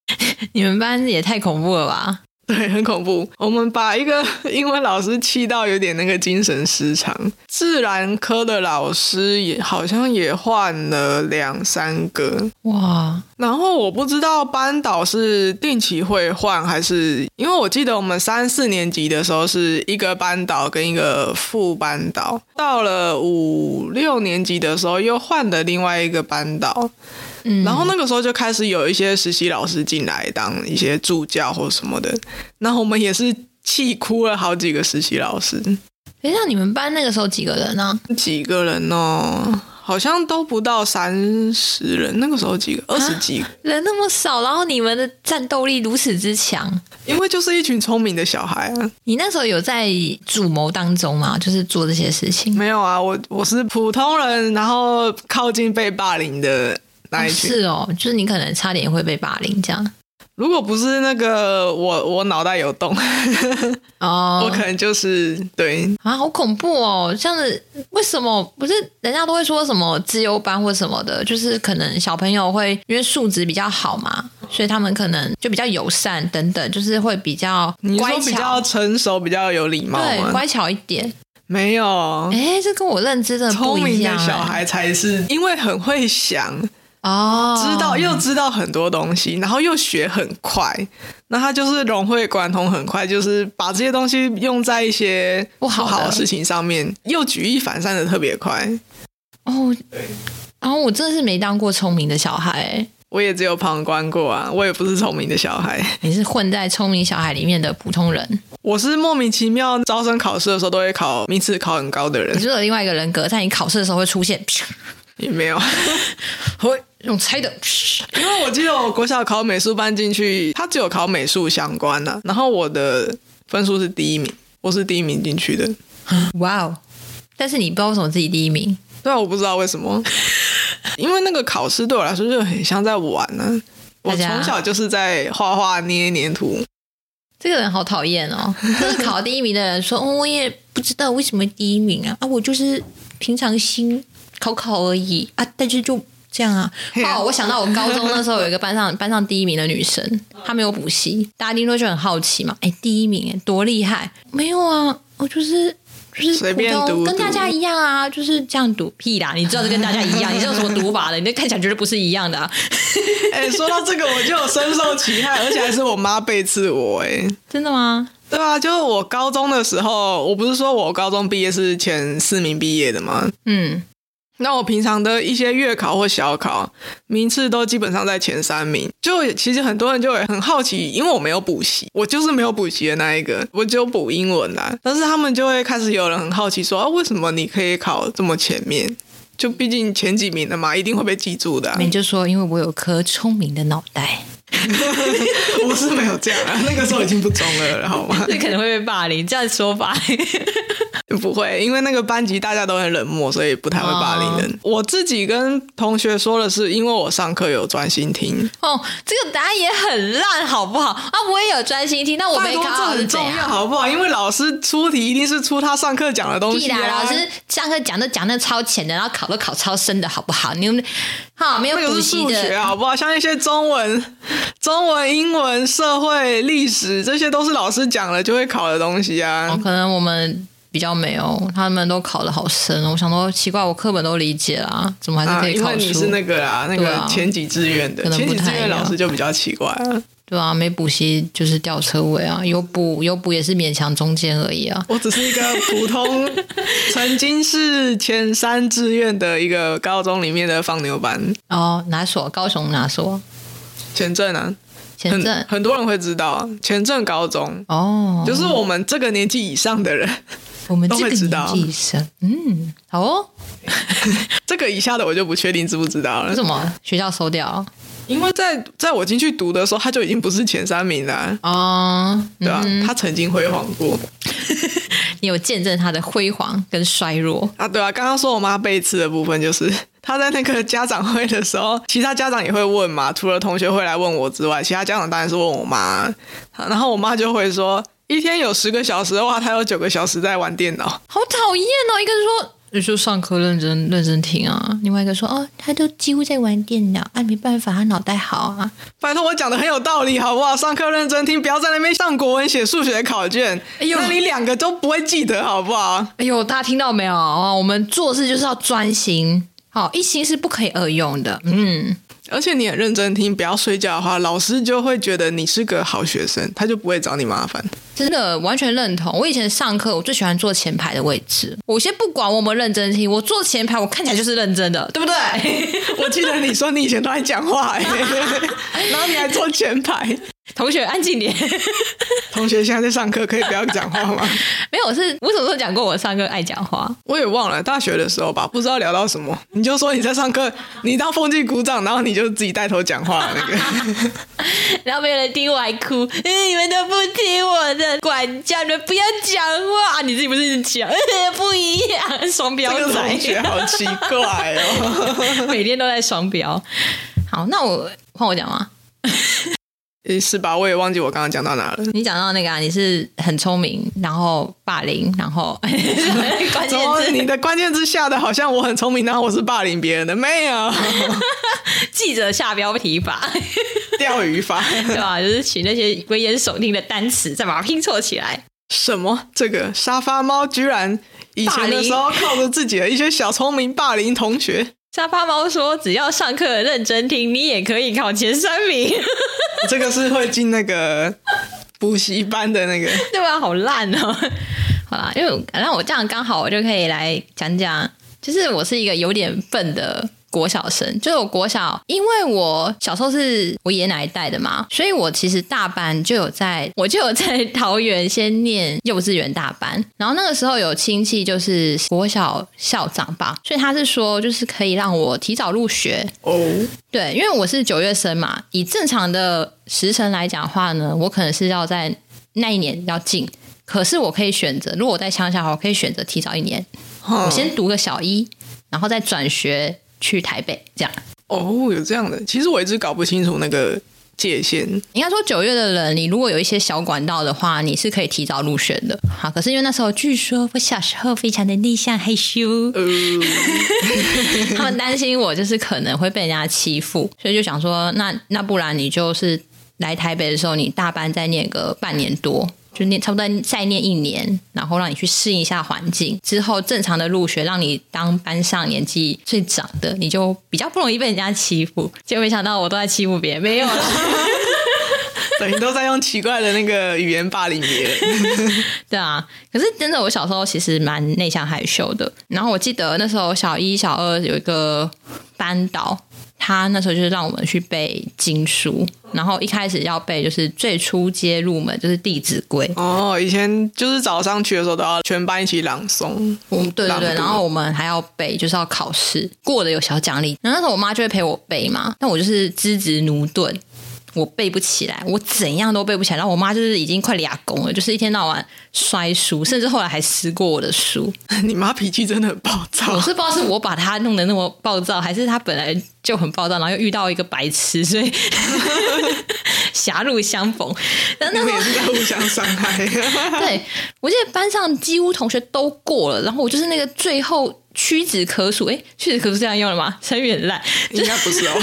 [SPEAKER 2] 你们班也太恐怖了吧！
[SPEAKER 1] 对，很恐怖。我们把一个英文老师气到有点那个精神失常，自然科的老师也好像也换了两三个。
[SPEAKER 2] 哇，
[SPEAKER 1] 然后我不知道班导是定期会换，还是因为我记得我们三四年级的时候是一个班导跟一个副班导，到了五六年级的时候又换了另外一个班导。
[SPEAKER 2] 嗯，
[SPEAKER 1] 然后那个时候就开始有一些实习老师进来当一些助教或什么的，然后我们也是气哭了好几个实习老师，
[SPEAKER 2] 诶，那你们班那个时候几个人呢、
[SPEAKER 1] 几个人哦，好像都不到三十人，那个时候几个
[SPEAKER 2] 啊
[SPEAKER 1] 二十几个，
[SPEAKER 2] 人那么少，然后你们的战斗力如此之强，
[SPEAKER 1] 因为就是一群聪明的小孩啊。
[SPEAKER 2] 你那时候有在主谋当中吗？就是做这些事情？
[SPEAKER 1] 没有啊，我我是普通人，然后靠近被霸凌的那一群。
[SPEAKER 2] 是哦，就是你可能差点会被霸凌这样。
[SPEAKER 1] 如果不是那个我我脑袋有洞，
[SPEAKER 2] 哦
[SPEAKER 1] 我可能就是对
[SPEAKER 2] 啊，好恐怖哦！这样子为什么不是人家都会说什么资优班或什么的？就是可能小朋友会因为素质比较好嘛，所以他们可能就比较友善等等，就是会比较
[SPEAKER 1] 你说
[SPEAKER 2] 乖
[SPEAKER 1] 比较
[SPEAKER 2] 巧，
[SPEAKER 1] 成熟，比较有礼貌
[SPEAKER 2] 对，
[SPEAKER 1] 吗？
[SPEAKER 2] 乖巧一点。
[SPEAKER 1] 没有，
[SPEAKER 2] 哎、这跟我认知的不
[SPEAKER 1] 聪
[SPEAKER 2] 一
[SPEAKER 1] 明
[SPEAKER 2] 样、
[SPEAKER 1] 的
[SPEAKER 2] 哎
[SPEAKER 1] 小孩才是，因为很会想，
[SPEAKER 2] 哦，
[SPEAKER 1] 知道、又知道很多东西，然后又学很快，那他就是融会贯通，很快就是把这些东西用在一些
[SPEAKER 2] 不好的
[SPEAKER 1] 的事情上面，又举一反三的特别快。
[SPEAKER 2] 哦。然后我真的是没当过聪明的小孩、哎
[SPEAKER 1] 我也只有旁观过啊，我也不是聪明的小孩，
[SPEAKER 2] 你是混在聪明小孩里面的普通人，
[SPEAKER 1] 我是莫名其妙招生考试的时候都会考名次考很高的
[SPEAKER 2] 你
[SPEAKER 1] 人，
[SPEAKER 2] 是有另外一个人格，在你考试的时候会出现，
[SPEAKER 1] 也没有。
[SPEAKER 2] 会用猜的，
[SPEAKER 1] 因为我记得我国小考美术班进去，他只有考美术相关的、然后我的分数是第一名，我是第一名进去的。
[SPEAKER 2] 哇哦！但是你不知道为什么自己第一名，
[SPEAKER 1] 对啊，我不知道为什 么，因为那个考试对我来说就很像在玩呢、我
[SPEAKER 2] 大家
[SPEAKER 1] 从小就是在画画、捏黏 土，
[SPEAKER 2] 这个人好讨厌 哦！就是考第一名的人说：“嗯，我也不知道为什么第一名啊，啊，我就是平常心考考而已啊，但是就这样啊。”
[SPEAKER 1] 嘿啊
[SPEAKER 2] 哦，我想到我高中那时候有一个 班上班上第一名的女生，她没有补习，大家一定都就很好奇嘛。哎，第一名哎，多厉害！没有啊，我就是。就是
[SPEAKER 1] 随便
[SPEAKER 2] 普通
[SPEAKER 1] 读
[SPEAKER 2] 跟
[SPEAKER 1] 读
[SPEAKER 2] 大家一样啊，就是这样读屁啦！你知道是跟大家一样，你知道什么读法的？你那看起来绝对不是一样的啊！
[SPEAKER 1] 哎、说到这个我就有深受其害，而且还是我妈背刺我、哎，
[SPEAKER 2] 真的吗？
[SPEAKER 1] 对啊，就是我高中的时候，我不是说我高中毕业是前四名毕业的吗？
[SPEAKER 2] 嗯，
[SPEAKER 1] 那我平常的一些月考或小考名次都基本上在前三名，就其实很多人就会很好奇，因为我没有补习，我就是没有补习的那一个，我只有补英文啦。但是他们就会开始有人很好奇说，啊，为什么你可以考这么前面？ 就毕竟前几名的嘛，一定会被记住的啊、
[SPEAKER 2] 你就说，因为我有颗聪明的脑袋。
[SPEAKER 1] 我是 没有这样啊，那个时候已经不中二了，好吗？
[SPEAKER 2] 这可能会被霸凌，这样说法。
[SPEAKER 1] 不会，因为那个班级大家都很冷漠，所以不太会霸凌人。我自己跟同学说的是，因为我上课有专心听，
[SPEAKER 2] 哦，这个答案也很烂，好不好？啊，我也有专心听，但我
[SPEAKER 1] 拜
[SPEAKER 2] 没
[SPEAKER 1] 托
[SPEAKER 2] 搞
[SPEAKER 1] 这
[SPEAKER 2] 好是啊
[SPEAKER 1] 很
[SPEAKER 2] 怎
[SPEAKER 1] 重要，
[SPEAKER 2] 样？
[SPEAKER 1] 好不好？因为老师出题一定是出他上课讲的东
[SPEAKER 2] 屁
[SPEAKER 1] 西
[SPEAKER 2] 啦！
[SPEAKER 1] 啊。
[SPEAKER 2] 老师上课讲都讲那超浅的，然后考都考超深的，好不好？你们好没有
[SPEAKER 1] 那个
[SPEAKER 2] 补
[SPEAKER 1] 是
[SPEAKER 2] 习
[SPEAKER 1] 数学
[SPEAKER 2] 的，
[SPEAKER 1] 好不好？像一些中文、 中文、英文、社会、历史，这些都是老师讲了就会考的东西啊。
[SPEAKER 2] 哦可能我们比较没有，他们都考的好深哦。我想说，奇怪，我课本都理解啦，怎么还是
[SPEAKER 1] 啊，
[SPEAKER 2] 可以
[SPEAKER 1] 因
[SPEAKER 2] 考
[SPEAKER 1] 为你
[SPEAKER 2] 出？
[SPEAKER 1] 是那个啦，那
[SPEAKER 2] 对
[SPEAKER 1] 个
[SPEAKER 2] 啊
[SPEAKER 1] 前几志愿的，
[SPEAKER 2] 可能
[SPEAKER 1] 前
[SPEAKER 2] 不
[SPEAKER 1] 几
[SPEAKER 2] 太
[SPEAKER 1] 志愿
[SPEAKER 2] 一样
[SPEAKER 1] 老师就比较奇怪、 啊。
[SPEAKER 2] 对啊，没补习就是吊车尾啊，有补有补也是勉强中间而已啊。
[SPEAKER 1] 我只是一个普通，曾经是前三志愿的一个高中里面的放牛班，
[SPEAKER 2] 哦，哪所？高雄哪所？
[SPEAKER 1] 前镇啊，
[SPEAKER 2] 前
[SPEAKER 1] 很
[SPEAKER 2] 镇。
[SPEAKER 1] 很多人会知道啊，前镇高中。
[SPEAKER 2] 哦，
[SPEAKER 1] 就是我们这个年纪以上的人，
[SPEAKER 2] 我们这
[SPEAKER 1] 都
[SPEAKER 2] 个
[SPEAKER 1] 会知道
[SPEAKER 2] 年纪生，嗯，好哦。
[SPEAKER 1] 这个以下的我就不确定知不知道了
[SPEAKER 2] 为。什么学校收掉？
[SPEAKER 1] 因为在在我进去读的时候，他就已经不是前三名了啊，
[SPEAKER 2] 哦，
[SPEAKER 1] 对啊吧、
[SPEAKER 2] 嗯
[SPEAKER 1] 他曾经辉煌过
[SPEAKER 2] 你有见证他的辉煌跟衰弱。
[SPEAKER 1] 啊，对啊。刚刚说我妈背刺的部分，就是 她在那个家长会的时候，其他家长也会问嘛，除了同学会来问我之外，其他家长当然是问我妈，然后我妈就会说。一天有十个小时的话，她有九个小时在玩电脑。
[SPEAKER 2] 好讨厌哦！一个说你就上课认真认真听啊，另外一个说哦，他都几乎在玩电脑啊，没办法，他脑袋好啊。
[SPEAKER 1] 拜托，我讲的很有道理，好不好？上课认真听，不要在那边上国文、写数学考卷。
[SPEAKER 2] 哎呦
[SPEAKER 1] 那你两个都不会记得，好不好？
[SPEAKER 2] 哎呦，大家听到没有？哦，我们做事就是要专心，好，一心是不可以二用的。嗯，
[SPEAKER 1] 而且你很认真听，不要睡觉的话，老师就会觉得你是个好学生，他就不会找你麻 烦。
[SPEAKER 2] 真的完全认同。我以前上课，我最喜欢坐前排的位置。我先不管我有没有认真听，我坐前排，我看起来就是认真的，对不对？
[SPEAKER 1] 我记得你说你以前都爱讲话、欸，然后你还坐前排。
[SPEAKER 2] 同学安静点。
[SPEAKER 1] 同学现在在上课，可以不要讲话吗？
[SPEAKER 2] 没有，我是我什么时候讲过我上课爱讲话？
[SPEAKER 1] 我也忘了大学的时候吧，不知道聊到什么，你就说你在上课，你到风纪鼓掌，然后你就自己带头讲话 那个。
[SPEAKER 2] 然后没有人听我还哭，嗯，你们都不听我的，管教你们不要讲话，啊你自己不是讲， 嗯不一样，双标
[SPEAKER 1] 这个同学
[SPEAKER 2] 仔，
[SPEAKER 1] 好奇怪哦。
[SPEAKER 2] 每天都在双标。好，那我换我讲吗？
[SPEAKER 1] 诶是吧？我也忘记我刚刚讲到哪了。
[SPEAKER 2] 你讲到那个、啊，你是很聪明，然后霸凌，然后关
[SPEAKER 1] 怎
[SPEAKER 2] 键
[SPEAKER 1] 么你
[SPEAKER 2] 字
[SPEAKER 1] 的关键字下的好像我很聪明，然后我是霸凌别人的？没 有，
[SPEAKER 2] 记者下标题法，
[SPEAKER 1] 钓鱼法。
[SPEAKER 2] 对吧？就是取那些危言耸听的单词，再把它拼凑起来。
[SPEAKER 1] 什么？这个沙发猫居然以前的时候靠着自己的一些小聪明霸凌同学，
[SPEAKER 2] 沙发猫说：“只要上课认真听，你也可以考前三名。”
[SPEAKER 1] 这个是会进那个补习班的那个。
[SPEAKER 2] 对吧？好烂哦！好啦，因为我让我这样刚好，我就可以来讲讲，就是我是一个有点笨的国小生，就是我国小，因为我小时候是我爷爷奶奶带的嘛，所以我其实大班就有在， 我就有在桃园先念幼稚园大班，然后那个时候有亲戚就是国小校长吧，所以他是说就是可以让我提早入学，
[SPEAKER 1] 哦，
[SPEAKER 2] 对，因为我是九月生嘛，以正常的时辰来讲的话呢，我可能是要在那一年要进，可是我可以选择，如果我在乡下的话，我可以选择提早一年，
[SPEAKER 1] 我
[SPEAKER 2] 我先读个小一，然后再转学去台北，这样。
[SPEAKER 1] 哦，有这样的。其实我一直搞不清楚那个界限。
[SPEAKER 2] 应该说九月的人，你如果有一些小管道的话，你是可以提早入学的。好，可是因为那时候据说我小时候非常的内向害羞，
[SPEAKER 1] 呃，
[SPEAKER 2] 他们担心我就是可能会被人家欺负，所以就想说，那那不然你就是来台北的时候，你大班再念个半年多。就念差不多再念一年，然后让你去适应一下环境，之后正常的入学，让你当班上年纪最长的，你就比较不容易被人家欺负。结果没想到我都在欺负别人，没有啦，
[SPEAKER 1] 等于都在用奇怪的那个语言霸凌别人。
[SPEAKER 2] 对啊，可是真的，我小时候其实蛮内向害羞的。然后我记得那时候小一、小二有一个班导，他那时候就是让我们去背经书，然后一开始要背就是最初阶入门就是《弟子规》。
[SPEAKER 1] 哦，以前就是早上去的时候都要全班一起朗诵。
[SPEAKER 2] 我们
[SPEAKER 1] 哦
[SPEAKER 2] 对对对，
[SPEAKER 1] 朗读
[SPEAKER 2] 然后我们还要背，就是要考试过的有小奖励。然后那时候我妈就会陪我背嘛，但我就是资质驽钝，我背不起来，我怎样都背不起来。然后我妈就是已经快俩拱了，就是一天到晚摔书，甚至后来还撕过我的书。
[SPEAKER 1] 你妈脾气真的很暴
[SPEAKER 2] 我
[SPEAKER 1] 躁，
[SPEAKER 2] 是不知道是我把她弄得那么暴躁，还是她本来就很暴躁，然后又遇到一个白痴，所以 狭路相逢。但
[SPEAKER 1] 你
[SPEAKER 2] 那时
[SPEAKER 1] 们
[SPEAKER 2] 候
[SPEAKER 1] 也是在互相伤害。
[SPEAKER 2] 对，我记得班上几乎同学都过了，然后我就是那个最后屈指可数，诶，屈指可数这样用了吗？成语很烂，
[SPEAKER 1] 应该不是哦，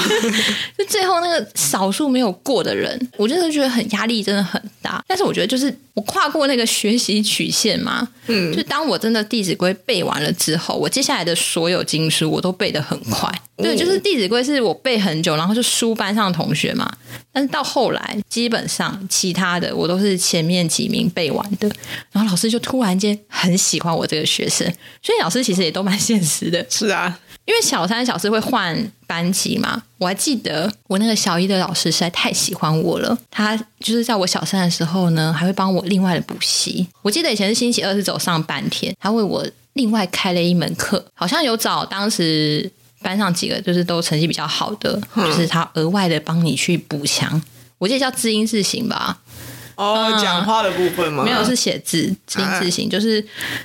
[SPEAKER 2] 就最后那个少数没有过的人，我真的觉得很压力真的很大。但是我觉得就是我跨过那个学习曲线嘛，嗯，就当我真的《弟子规》背完了之后，我接下来的所有经书我都背得很快。对，就是《弟子规》是我背很久，然后就输班上同学嘛。但是到后来，基本上其他的我都是前面几名背完的，然后老师就突然间很喜欢我这个学生，所以老师其实也都蛮现实的。
[SPEAKER 1] 是啊，
[SPEAKER 2] 因为小三、小四会换班级嘛，我还记得我那个小一的老师实在太喜欢我了，他就是在我小三的时候呢，还会帮我另外的补习。我记得以前是星期二是走上半天，他为我另外开了一门课，好像有找当时班上几个就是都成绩比较好的，就是他额外的帮你去补强。我记得叫字音字形吧，
[SPEAKER 1] 哦，
[SPEAKER 2] 嗯
[SPEAKER 1] 讲话的部分吗？
[SPEAKER 2] 没有是写字，字音字形，就是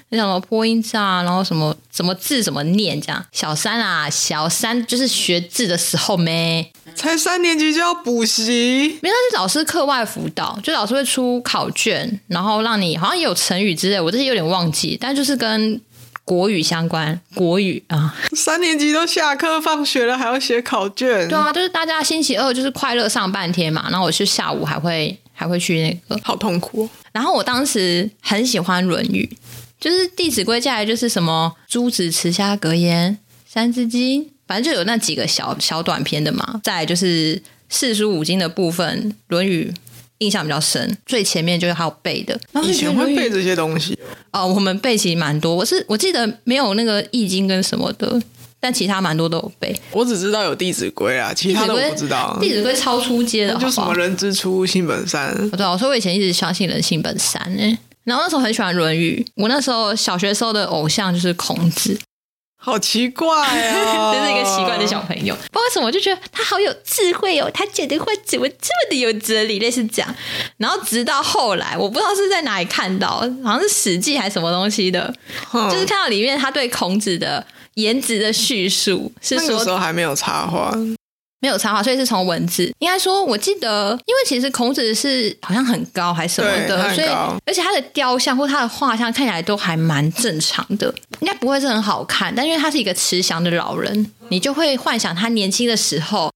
[SPEAKER 2] 那什么播音字啊，然后什么怎么字怎么念这样。小三啊，小三就是学字的时候没，
[SPEAKER 1] 才三年级就要补习，
[SPEAKER 2] 没有，那是老师课外辅导，就老师会出考卷，然后让你好像也有成语之类，我这些有点忘记，但就是跟国语相关，国语啊，
[SPEAKER 1] 三年级都下课放学了还要写考卷
[SPEAKER 2] 对，啊，就是大家星期二就是快乐上半天嘛，然后我是下午还会还会去那个
[SPEAKER 1] 好痛苦哦。
[SPEAKER 2] 然后我当时很喜欢《论语》，就是《弟子规》下来就是什么“朱子治下格言”“三字经”，反正就有那几个小小短篇的嘛。再来就是四书五经的部分，《论语》印象比较深，最前面就是还有背的。然后就
[SPEAKER 1] 以
[SPEAKER 2] 觉得
[SPEAKER 1] 前
[SPEAKER 2] 论
[SPEAKER 1] 会
[SPEAKER 2] 语
[SPEAKER 1] 背这些东西，
[SPEAKER 2] 哦，我们背其实蛮多，我是我记得没有那个《易经》跟什么的，但其他蛮多都有背。
[SPEAKER 1] 我只知道有《弟子规》啊，其他的我不知道。
[SPEAKER 2] 《弟子规》超出街的，
[SPEAKER 1] 就
[SPEAKER 2] 好不
[SPEAKER 1] 什
[SPEAKER 2] 好
[SPEAKER 1] 么“人之初，性本善
[SPEAKER 2] 我知道，哦啊所以我以前一直相信人性本善诶、然后那时候很喜欢《论语》，我那时候小学时候的偶像就是孔子，”，
[SPEAKER 1] 好奇怪哦，
[SPEAKER 2] 就是一个奇怪的小朋友。不知道为什么，我就觉得他好有智慧哦，他讲的话怎么这么的有哲理，类似这样。然后直到后来，我不知道是在哪里看到，好像是《史记》还是什么东西的，
[SPEAKER 1] 哼，
[SPEAKER 2] 就是看到里面他对孔子的颜值的叙述是
[SPEAKER 1] 那个
[SPEAKER 2] 说
[SPEAKER 1] 时候还没有插画，
[SPEAKER 2] 没有插画，所以是从文字。应该说，我记得，因为其实孔子是好像很高还是什么
[SPEAKER 1] 对他
[SPEAKER 2] 的，
[SPEAKER 1] 很
[SPEAKER 2] 所以
[SPEAKER 1] 高
[SPEAKER 2] 而且他的雕像或他的画像看起来都还蛮正常的，应该不会是很好看。但因为他是一个慈祥的老人，你就会幻想他年轻的时候。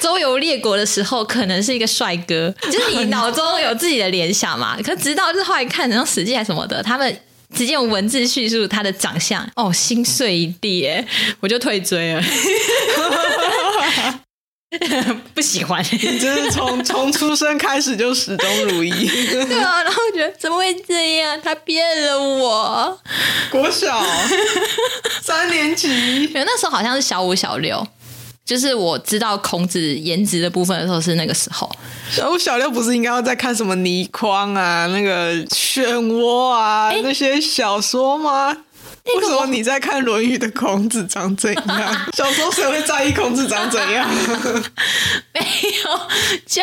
[SPEAKER 2] 周游列国的时候，可能是一个帅哥，就是你脑中有自己的联想嘛。可直到就是后来看，然后《史记》还什么的，他们直接用文字叙述他的长相，哦，心碎一地耶，我就退追了。 不喜欢。
[SPEAKER 1] 你真是从从出生开始就始终如一。
[SPEAKER 2] 对啊，然后我觉得怎么会这样？他骗了我。
[SPEAKER 1] 国小 三年级，
[SPEAKER 2] 因为那时候好像是小五、小六，就是我知道孔子颜值的部分的时候是那个时候。
[SPEAKER 1] 小哦五小六不是应该要在看什么倪匡啊、那个漩涡啊、那些小说吗？为什么你在看《论语》的孔子长怎 样？小时候谁会在意孔子长怎 样？
[SPEAKER 2] 没有，就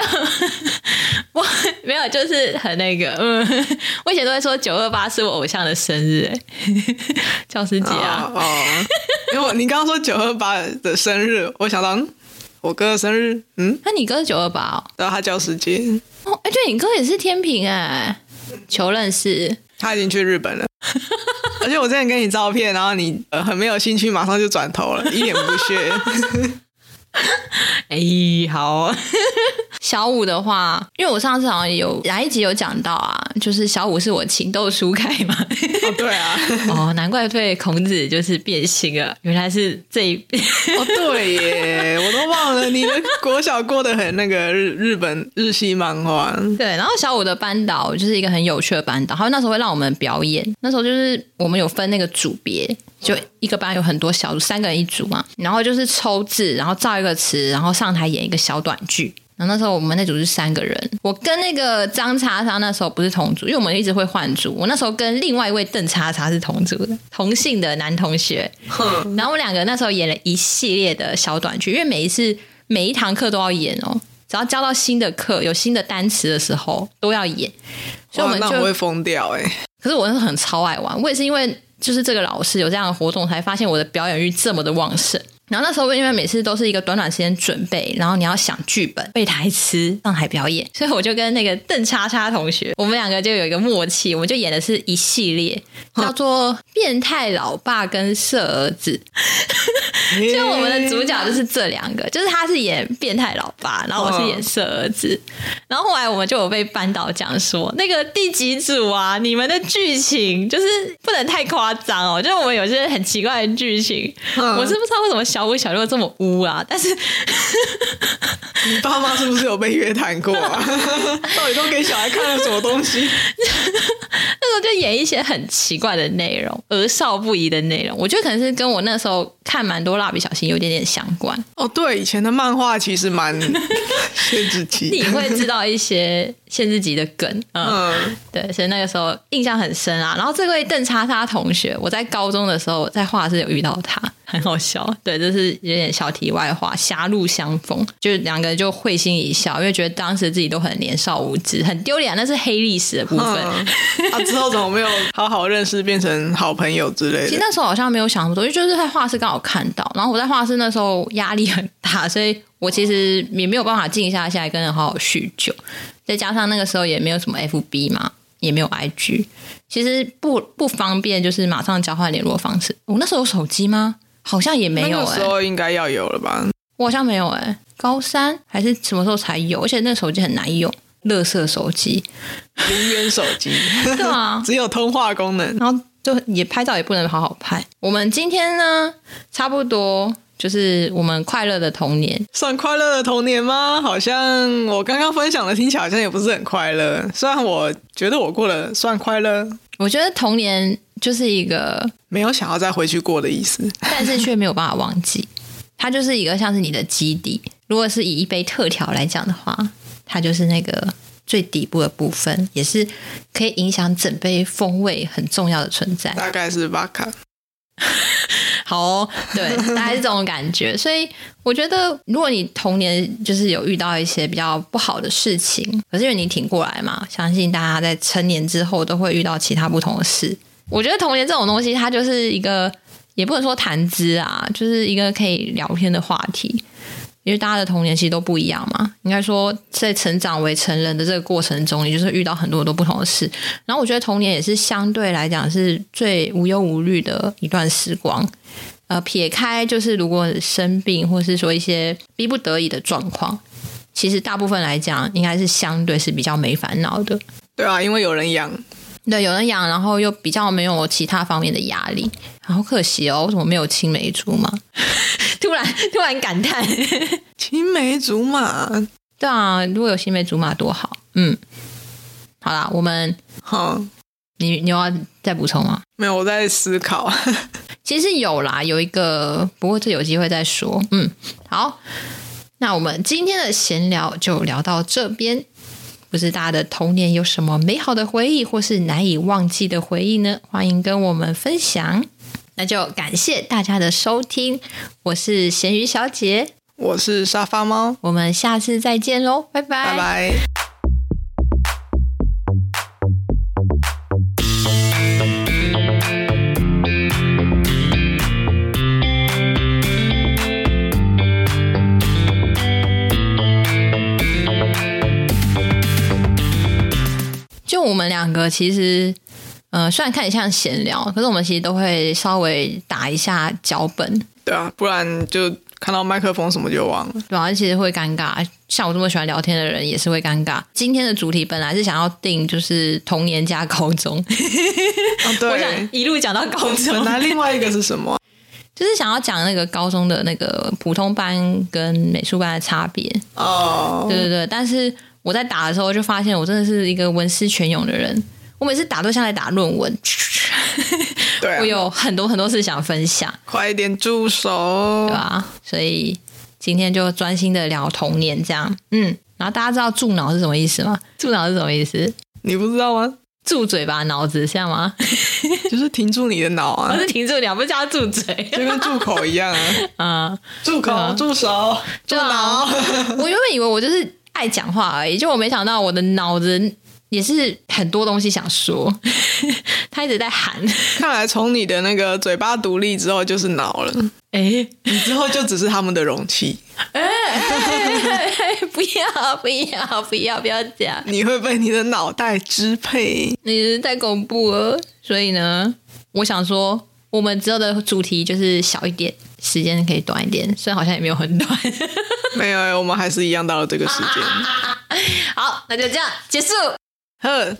[SPEAKER 2] 我没有，就是很那个，嗯， 我以前都会说九二八是我偶像的生日，哎， 教师节啊，
[SPEAKER 1] 哦，哦因为我你刚刚说九二八的生日，我想到、嗯、我哥的生日，嗯，
[SPEAKER 2] 那、你哥九二八哦，
[SPEAKER 1] 然后他教师节，
[SPEAKER 2] 哦，哎，对你哥也是天平哎，求认识，
[SPEAKER 1] 他已经去日 本了。而且我之前给你照片，然后你、呃、很没有兴趣，马上就转头了，一脸不 屑。
[SPEAKER 2] 哦哎，好。 小五的话，因为我上次好像有哪一集有讲到啊，就是小五是我情窦初开嘛。
[SPEAKER 1] 哦，对啊，
[SPEAKER 2] 哦，难怪对孔子就是变心了，原来是这一。
[SPEAKER 1] 哦对耶，我都忘了你的国小过得很那个日日本日系漫画，
[SPEAKER 2] 对，然后小五的班导就是一个很有趣的班导，他那时候会让我们表演。那时候就是我们有分那个组别，就一个班有很多小组，三个人一组嘛。然后就是抽字，然后造一个词，然后上台演一个小短剧。然后那时候我们那组是三个人，我跟那个张叉叉那时候不是同组，因为我们一直会换组。我那时候跟另外一位邓叉叉是同组的，同姓的男同学。然后我们两个那时候演了一系列的小短剧，因为每一次每一堂课都要演哦。只要教到新的课、有新的单词的时候都要演，所以
[SPEAKER 1] 哇，
[SPEAKER 2] 我们
[SPEAKER 1] 那
[SPEAKER 2] 就
[SPEAKER 1] 我会疯掉哎、
[SPEAKER 2] 可是我那时候很超爱玩，我也是因为就是这个老师有这样的活动，才发现我的表演欲这么的旺盛。然后那时候因为每次都是一个短短时间准备，然后你要想剧本、背台词、上台表演，所以我就跟那个邓叉叉同学，我们两个就有一个默契，我们就演的是一系列叫做《变态老爸跟色儿子》，就我们的主角就是这两个，就是他是演变态老爸，然后我是演色儿子。然后后来我们就有被班导讲说，那个第几组啊，你们的剧情就是不能太夸张哦，就是我们有些很奇怪的剧情，
[SPEAKER 1] 嗯
[SPEAKER 2] 我是不知道为什么小五小六这么污啊，但是
[SPEAKER 1] 你爸妈是不是有被约谈过 啊？到底都给小孩看了什么东西？
[SPEAKER 2] 那时候就演一些很奇怪的内容，儿少不宜的内容，我觉得可能是跟我那时候看蛮多蜡笔小新有点点相关。
[SPEAKER 1] 哦，对，以前的漫画其实 蛮限制级
[SPEAKER 2] 你
[SPEAKER 1] 的。
[SPEAKER 2] 会知道一些 限制级的梗，嗯
[SPEAKER 1] 嗯，
[SPEAKER 2] 对，所以那个时候印象很深啊。然后这位邓叉叉同学，我在高中的时候在画室有遇到他，很好笑。对，这是有点小题外话，狭路相逢，就是两个人就会心一笑，因为觉得当时自己都很年少无知，很丢脸，那是黑历史的部分。
[SPEAKER 1] 嗯啊，之后怎么没有好好认识，变成好朋友之类
[SPEAKER 2] 其
[SPEAKER 1] 的？
[SPEAKER 2] 实那时候好像没有想那么多，因为就是在画室刚好看到，然后我在画室那时候压力很大，所以我其实也没有办法静下下来跟人好好叙旧，再加上那个时候也没有什么 FB 嘛，也没有 IG，其实不不方便，就是马上交换联络方式。我那时候有手机吗？好像也没有
[SPEAKER 1] 那个
[SPEAKER 2] 哎、
[SPEAKER 1] 时候应该要有了吧？
[SPEAKER 2] 我好像没有哎、高三还是什么时候才有？而且那手机很难用，垃圾手机，
[SPEAKER 1] 零元手机
[SPEAKER 2] 对啊，
[SPEAKER 1] 只有通话功能。
[SPEAKER 2] 然后就也拍照也不能好好拍。我们今天呢，差不多就是我们快乐的童年。
[SPEAKER 1] 算快乐的童年吗？好像我刚刚分享的，听起来好像也不是很快乐。虽然我觉得我过得算快乐，
[SPEAKER 2] 我觉得童年就是一个，
[SPEAKER 1] 没有想要再回去过的意思。
[SPEAKER 2] 但是却没有办法忘记，它就是一个像是你的基底。如果是以一杯特调来讲的话，它就是那个最底部的部分，也是可以影响整杯风味很重要的存在。
[SPEAKER 1] 大概是巴卡，
[SPEAKER 2] 好、哦，对，大概是这种感觉。所以我觉得，如果你童年就是有遇到一些比较不好的事情，可是因为你挺过来嘛，相信大家在成年之后都会遇到其他不同的事。我觉得童年这种东西，它就是一个也不能说谈资啊，就是一个可以聊天的话题。因为大家的童年其实都不一样嘛，应该说在成长为成人的这个过程中，你就是遇到很多很多不同的事。然后我觉得童年也是相对来讲是最无忧无虑的一段时光。呃，撇开就是如果生病或是说一些逼不得已的状况，其实大部分来讲应该是相对是比较没烦恼的。
[SPEAKER 1] 对啊，因为有人养，
[SPEAKER 2] 对，有人养，然后又比较没有其他方面的压力，好可惜哦，我怎么没有青梅竹马？ 突然突然感叹，
[SPEAKER 1] 青梅竹马，
[SPEAKER 2] 对啊，如果有青梅竹马多好。嗯，好啦，我们
[SPEAKER 1] 好，
[SPEAKER 2] 你你有要再补充吗？
[SPEAKER 1] 没有我在思考。
[SPEAKER 2] 其实有啦，有一个，不过这有机会再说。嗯，好，那我们今天的闲聊就聊到这边。不知大家的童年有什么美好的回忆，或是难以忘记的回忆呢？欢迎跟我们分享。那就感谢大家的收听，我是咸鱼小姐，
[SPEAKER 1] 我是沙发猫，
[SPEAKER 2] 我们下次再见喽，拜拜，
[SPEAKER 1] 拜拜。
[SPEAKER 2] 就我们两个其实，呃，虽然看起来像闲聊，可是我们其实都会稍微打一下脚本，
[SPEAKER 1] 对啊，不然就看到麦克风什么就忘了。
[SPEAKER 2] 对啊，其实会尴尬。像我这么喜欢聊天的人，也是会尴尬。今天的主题本来是想要定就是童年加高中，
[SPEAKER 1] 啊，
[SPEAKER 2] 我
[SPEAKER 1] 对
[SPEAKER 2] 想，一路讲到高
[SPEAKER 1] 本
[SPEAKER 2] 中，
[SPEAKER 1] 来另外一个是什么？
[SPEAKER 2] 就是想要讲那个高中的那个普通班跟美术班的差别。
[SPEAKER 1] 哦，
[SPEAKER 2] 对对对，但是我在打的时候就发现，我真的是一个文思泉涌的人。我每次打都像在打论文，
[SPEAKER 1] 对啊嗯
[SPEAKER 2] 我有很多很多事想分享，
[SPEAKER 1] 快一点住手。
[SPEAKER 2] 对
[SPEAKER 1] 啊
[SPEAKER 2] 吧、所以今天就专心的聊童年，这样，嗯。然后大家知道助脑是什么意思吗？助脑是什么意思？
[SPEAKER 1] 你不知道吗？
[SPEAKER 2] 住嘴吧，脑子像吗？
[SPEAKER 1] 就是停住你的脑
[SPEAKER 2] 我
[SPEAKER 1] 啊，
[SPEAKER 2] 是停住你啊，不是叫他住嘴
[SPEAKER 1] 就跟住口一样啊，
[SPEAKER 2] 啊！
[SPEAKER 1] 住口、住手、住
[SPEAKER 2] 对啊
[SPEAKER 1] 脑。
[SPEAKER 2] 我原本以为我就是爱讲话而已，就我没想到我的脑子也是很多东西想说， 他一直在喊，
[SPEAKER 1] 看来从你的那个嘴巴独立之后就是脑了，
[SPEAKER 2] 哎、
[SPEAKER 1] 你之后就只是他们的容器，
[SPEAKER 2] 不要不要不要不要讲，
[SPEAKER 1] 你会被你的脑袋支配。
[SPEAKER 2] 你是太恐怖了。哦所以呢，我想说，我们之后的主题就是小一点，时间可以短一点，虽然好像也没有很短。
[SPEAKER 1] 没有、哎我们还是一样到了这个时间。
[SPEAKER 2] 好，那就这样结束。
[SPEAKER 1] 呵，